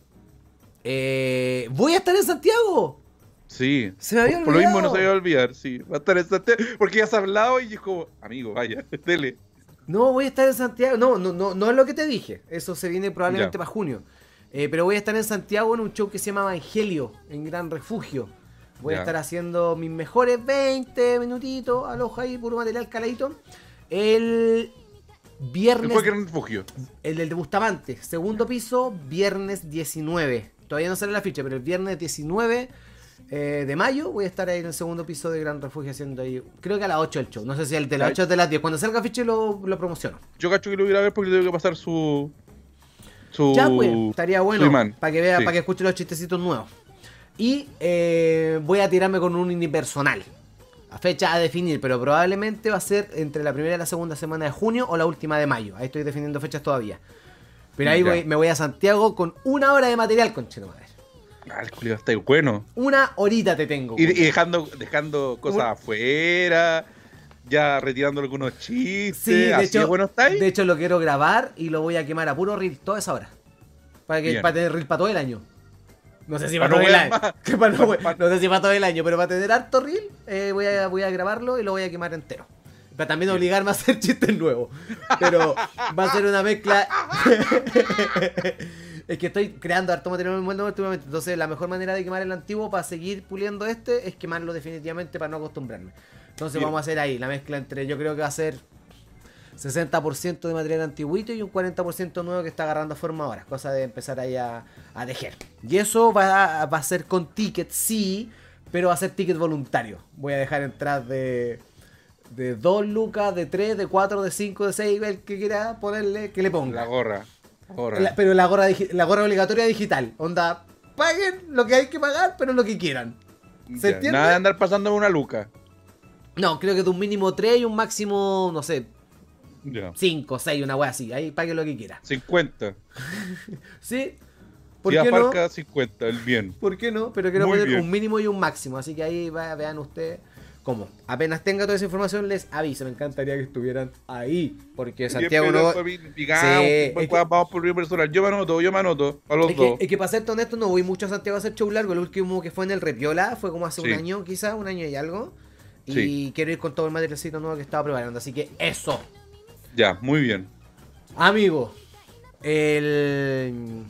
Speaker 1: Eh, voy a estar en Santiago.
Speaker 2: Sí.
Speaker 1: Se me había
Speaker 2: Por lo mismo no
Speaker 1: olvidado.
Speaker 2: se había olvidar, sí. Va a estar en Santiago, Porque ya se ha hablado y es como, amigo, vaya, dele.
Speaker 1: No, voy a estar en Santiago. No, no, no, no es lo que te dije. Eso se viene probablemente
Speaker 2: Ya.
Speaker 1: para junio. Eh, pero voy a estar en Santiago en un show que se llama Evangelio, en Gran Refugio. Voy a
Speaker 2: Ya.
Speaker 1: estar haciendo mis mejores 20 minutitos, aloja ahí, puro material caladito. El
Speaker 2: El
Speaker 1: viernes,
Speaker 2: cualquier refugio.
Speaker 1: el del Bustamante, segundo piso, viernes 19. Todavía no sale la ficha, pero el viernes 19 eh, de mayo voy a estar ahí en el segundo piso de Gran Refugio haciendo ahí, creo que a las 8 el show. No sé si el de las
Speaker 2: Ya.
Speaker 1: 8 o de las 10. Cuando salga ficha lo, lo promociono.
Speaker 2: Yo cacho que lo voy a ir a ver porque tengo que pasar su. su
Speaker 1: Ya, pues, estaría
Speaker 2: su
Speaker 1: bueno
Speaker 2: imán.
Speaker 1: para que vea,
Speaker 2: Sí.
Speaker 1: para que escuche los chistecitos nuevos. Y eh, voy a tirarme con un unipersonal. A fecha a definir, pero probablemente va a ser entre la primera y la segunda semana de junio o la última de mayo. Ahí estoy definiendo fechas todavía. Pero ahí
Speaker 2: Ya.
Speaker 1: voy- me voy a Santiago con una hora de material, conchero madre.
Speaker 2: Ah, el culiao está bueno.
Speaker 1: Una horita te tengo.
Speaker 2: Y, y
Speaker 1: conche.
Speaker 2: dejando, dejando cosas
Speaker 1: Un-
Speaker 2: afuera. Ya retirando algunos chistes.
Speaker 1: Sí, de
Speaker 2: así de
Speaker 1: hecho,
Speaker 2: bueno está ahí.
Speaker 1: de hecho lo quiero grabar y lo voy a quemar a puro reel toda esa hora. Para, que,
Speaker 2: Bien.
Speaker 1: para tener reel para todo el año. No sé si para
Speaker 2: Para
Speaker 1: todo
Speaker 2: no
Speaker 1: el año.
Speaker 2: wear más.
Speaker 1: Que para no
Speaker 2: Pa-
Speaker 1: we-
Speaker 2: pa-
Speaker 1: no sé si para todo el año, pero para tener harto reel eh, voy, a, voy a grabarlo y lo voy a quemar entero. Para también obligarme a hacer chistes nuevos. Pero va a ser una mezcla. es que estoy creando harto material nuevo últimamente. Entonces, la mejor manera de quemar el antiguo para seguir puliendo este es quemarlo definitivamente para no acostumbrarme. Entonces,
Speaker 2: Bien.
Speaker 1: vamos a hacer ahí la mezcla entre. Yo creo que va a ser 60% de material antiguito y un 40% nuevo que está agarrando forma ahora. Cosa de empezar ahí a, a dejar. Y eso va a, va a ser con ticket, sí, pero va a ser ticket voluntario. Voy a dejar entrar de, de 2 lucas, de 3, de 4, de 5, de 6, el que quiera ponerle, que le
Speaker 2: La
Speaker 1: ponga.
Speaker 2: gorra. gorra.
Speaker 1: La- pero la gorra, digi- la gorra obligatoria digital. Onda, paguen lo que hay que pagar, pero lo que quieran. ¿se
Speaker 2: Ya,
Speaker 1: entiende?
Speaker 2: Nada de andar pasando una luca.
Speaker 1: No, creo que de un mínimo 3 y un máximo, no sé,
Speaker 2: Ya.
Speaker 1: 5, 6, una wea así. Ahí paguen lo que quiera.
Speaker 2: 50.
Speaker 1: ¿Sí? ¿Por
Speaker 2: Si
Speaker 1: qué no?
Speaker 2: aparca, 50. El bien.
Speaker 1: ¿Por qué no? Pero quiero
Speaker 2: Muy
Speaker 1: poner
Speaker 2: bien.
Speaker 1: un mínimo y un máximo, así que ahí va- vean ustedes cómo. Apenas tenga toda esa información, les aviso. Me encantaría que estuvieran ahí, porque Santiago
Speaker 2: Bien,
Speaker 1: no...
Speaker 2: pero, papi, digamos,
Speaker 1: Sí,
Speaker 2: pues,
Speaker 1: es que-
Speaker 2: vamos por primera persona. Yo me anoto, yo me anoto. A los
Speaker 1: Es que,
Speaker 2: dos.
Speaker 1: es que para ser honesto, no voy mucho a Santiago a hacer show largo. El último que fue en el Repiola fue como hace
Speaker 2: Sí.
Speaker 1: un año, quizás, un año y algo.
Speaker 2: Sí.
Speaker 1: Y quiero ir con todo el materialcito nuevo que estaba preparando. Así que eso.
Speaker 2: Ya, muy bien.
Speaker 1: Amigo, el,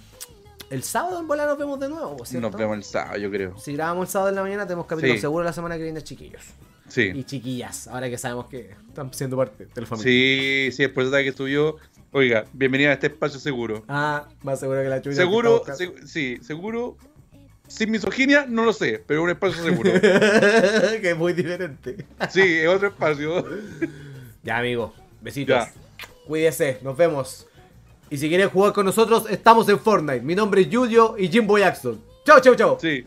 Speaker 1: el sábado en bola nos vemos de nuevo, ¿cierto?
Speaker 2: Nos vemos el sábado, yo creo.
Speaker 1: Si grabamos el sábado en la mañana, tenemos capítulo
Speaker 2: Sí.
Speaker 1: seguro la semana que viene, chiquillos. Y
Speaker 2: Sí.
Speaker 1: chiquillas, ahora que sabemos que están siendo parte del familia.
Speaker 2: Sí, sí, el porcentaje que subió. Oiga, bienvenida a este espacio seguro.
Speaker 1: Ah, más seguro que la chucha.
Speaker 2: Seguro,
Speaker 1: que está buscando-
Speaker 2: se- sí, seguro. Sin misoginia, no lo sé, pero un espacio seguro.
Speaker 1: que es muy diferente.
Speaker 2: Sí, es otro espacio.
Speaker 1: Ya, amigo, besitos.
Speaker 2: Ya.
Speaker 1: Cuídese, nos vemos. Y si quieres jugar con nosotros, estamos en Fortnite. Mi nombre es Julio y Jimbo Jackson. Chao, chao, chao.
Speaker 2: Sí.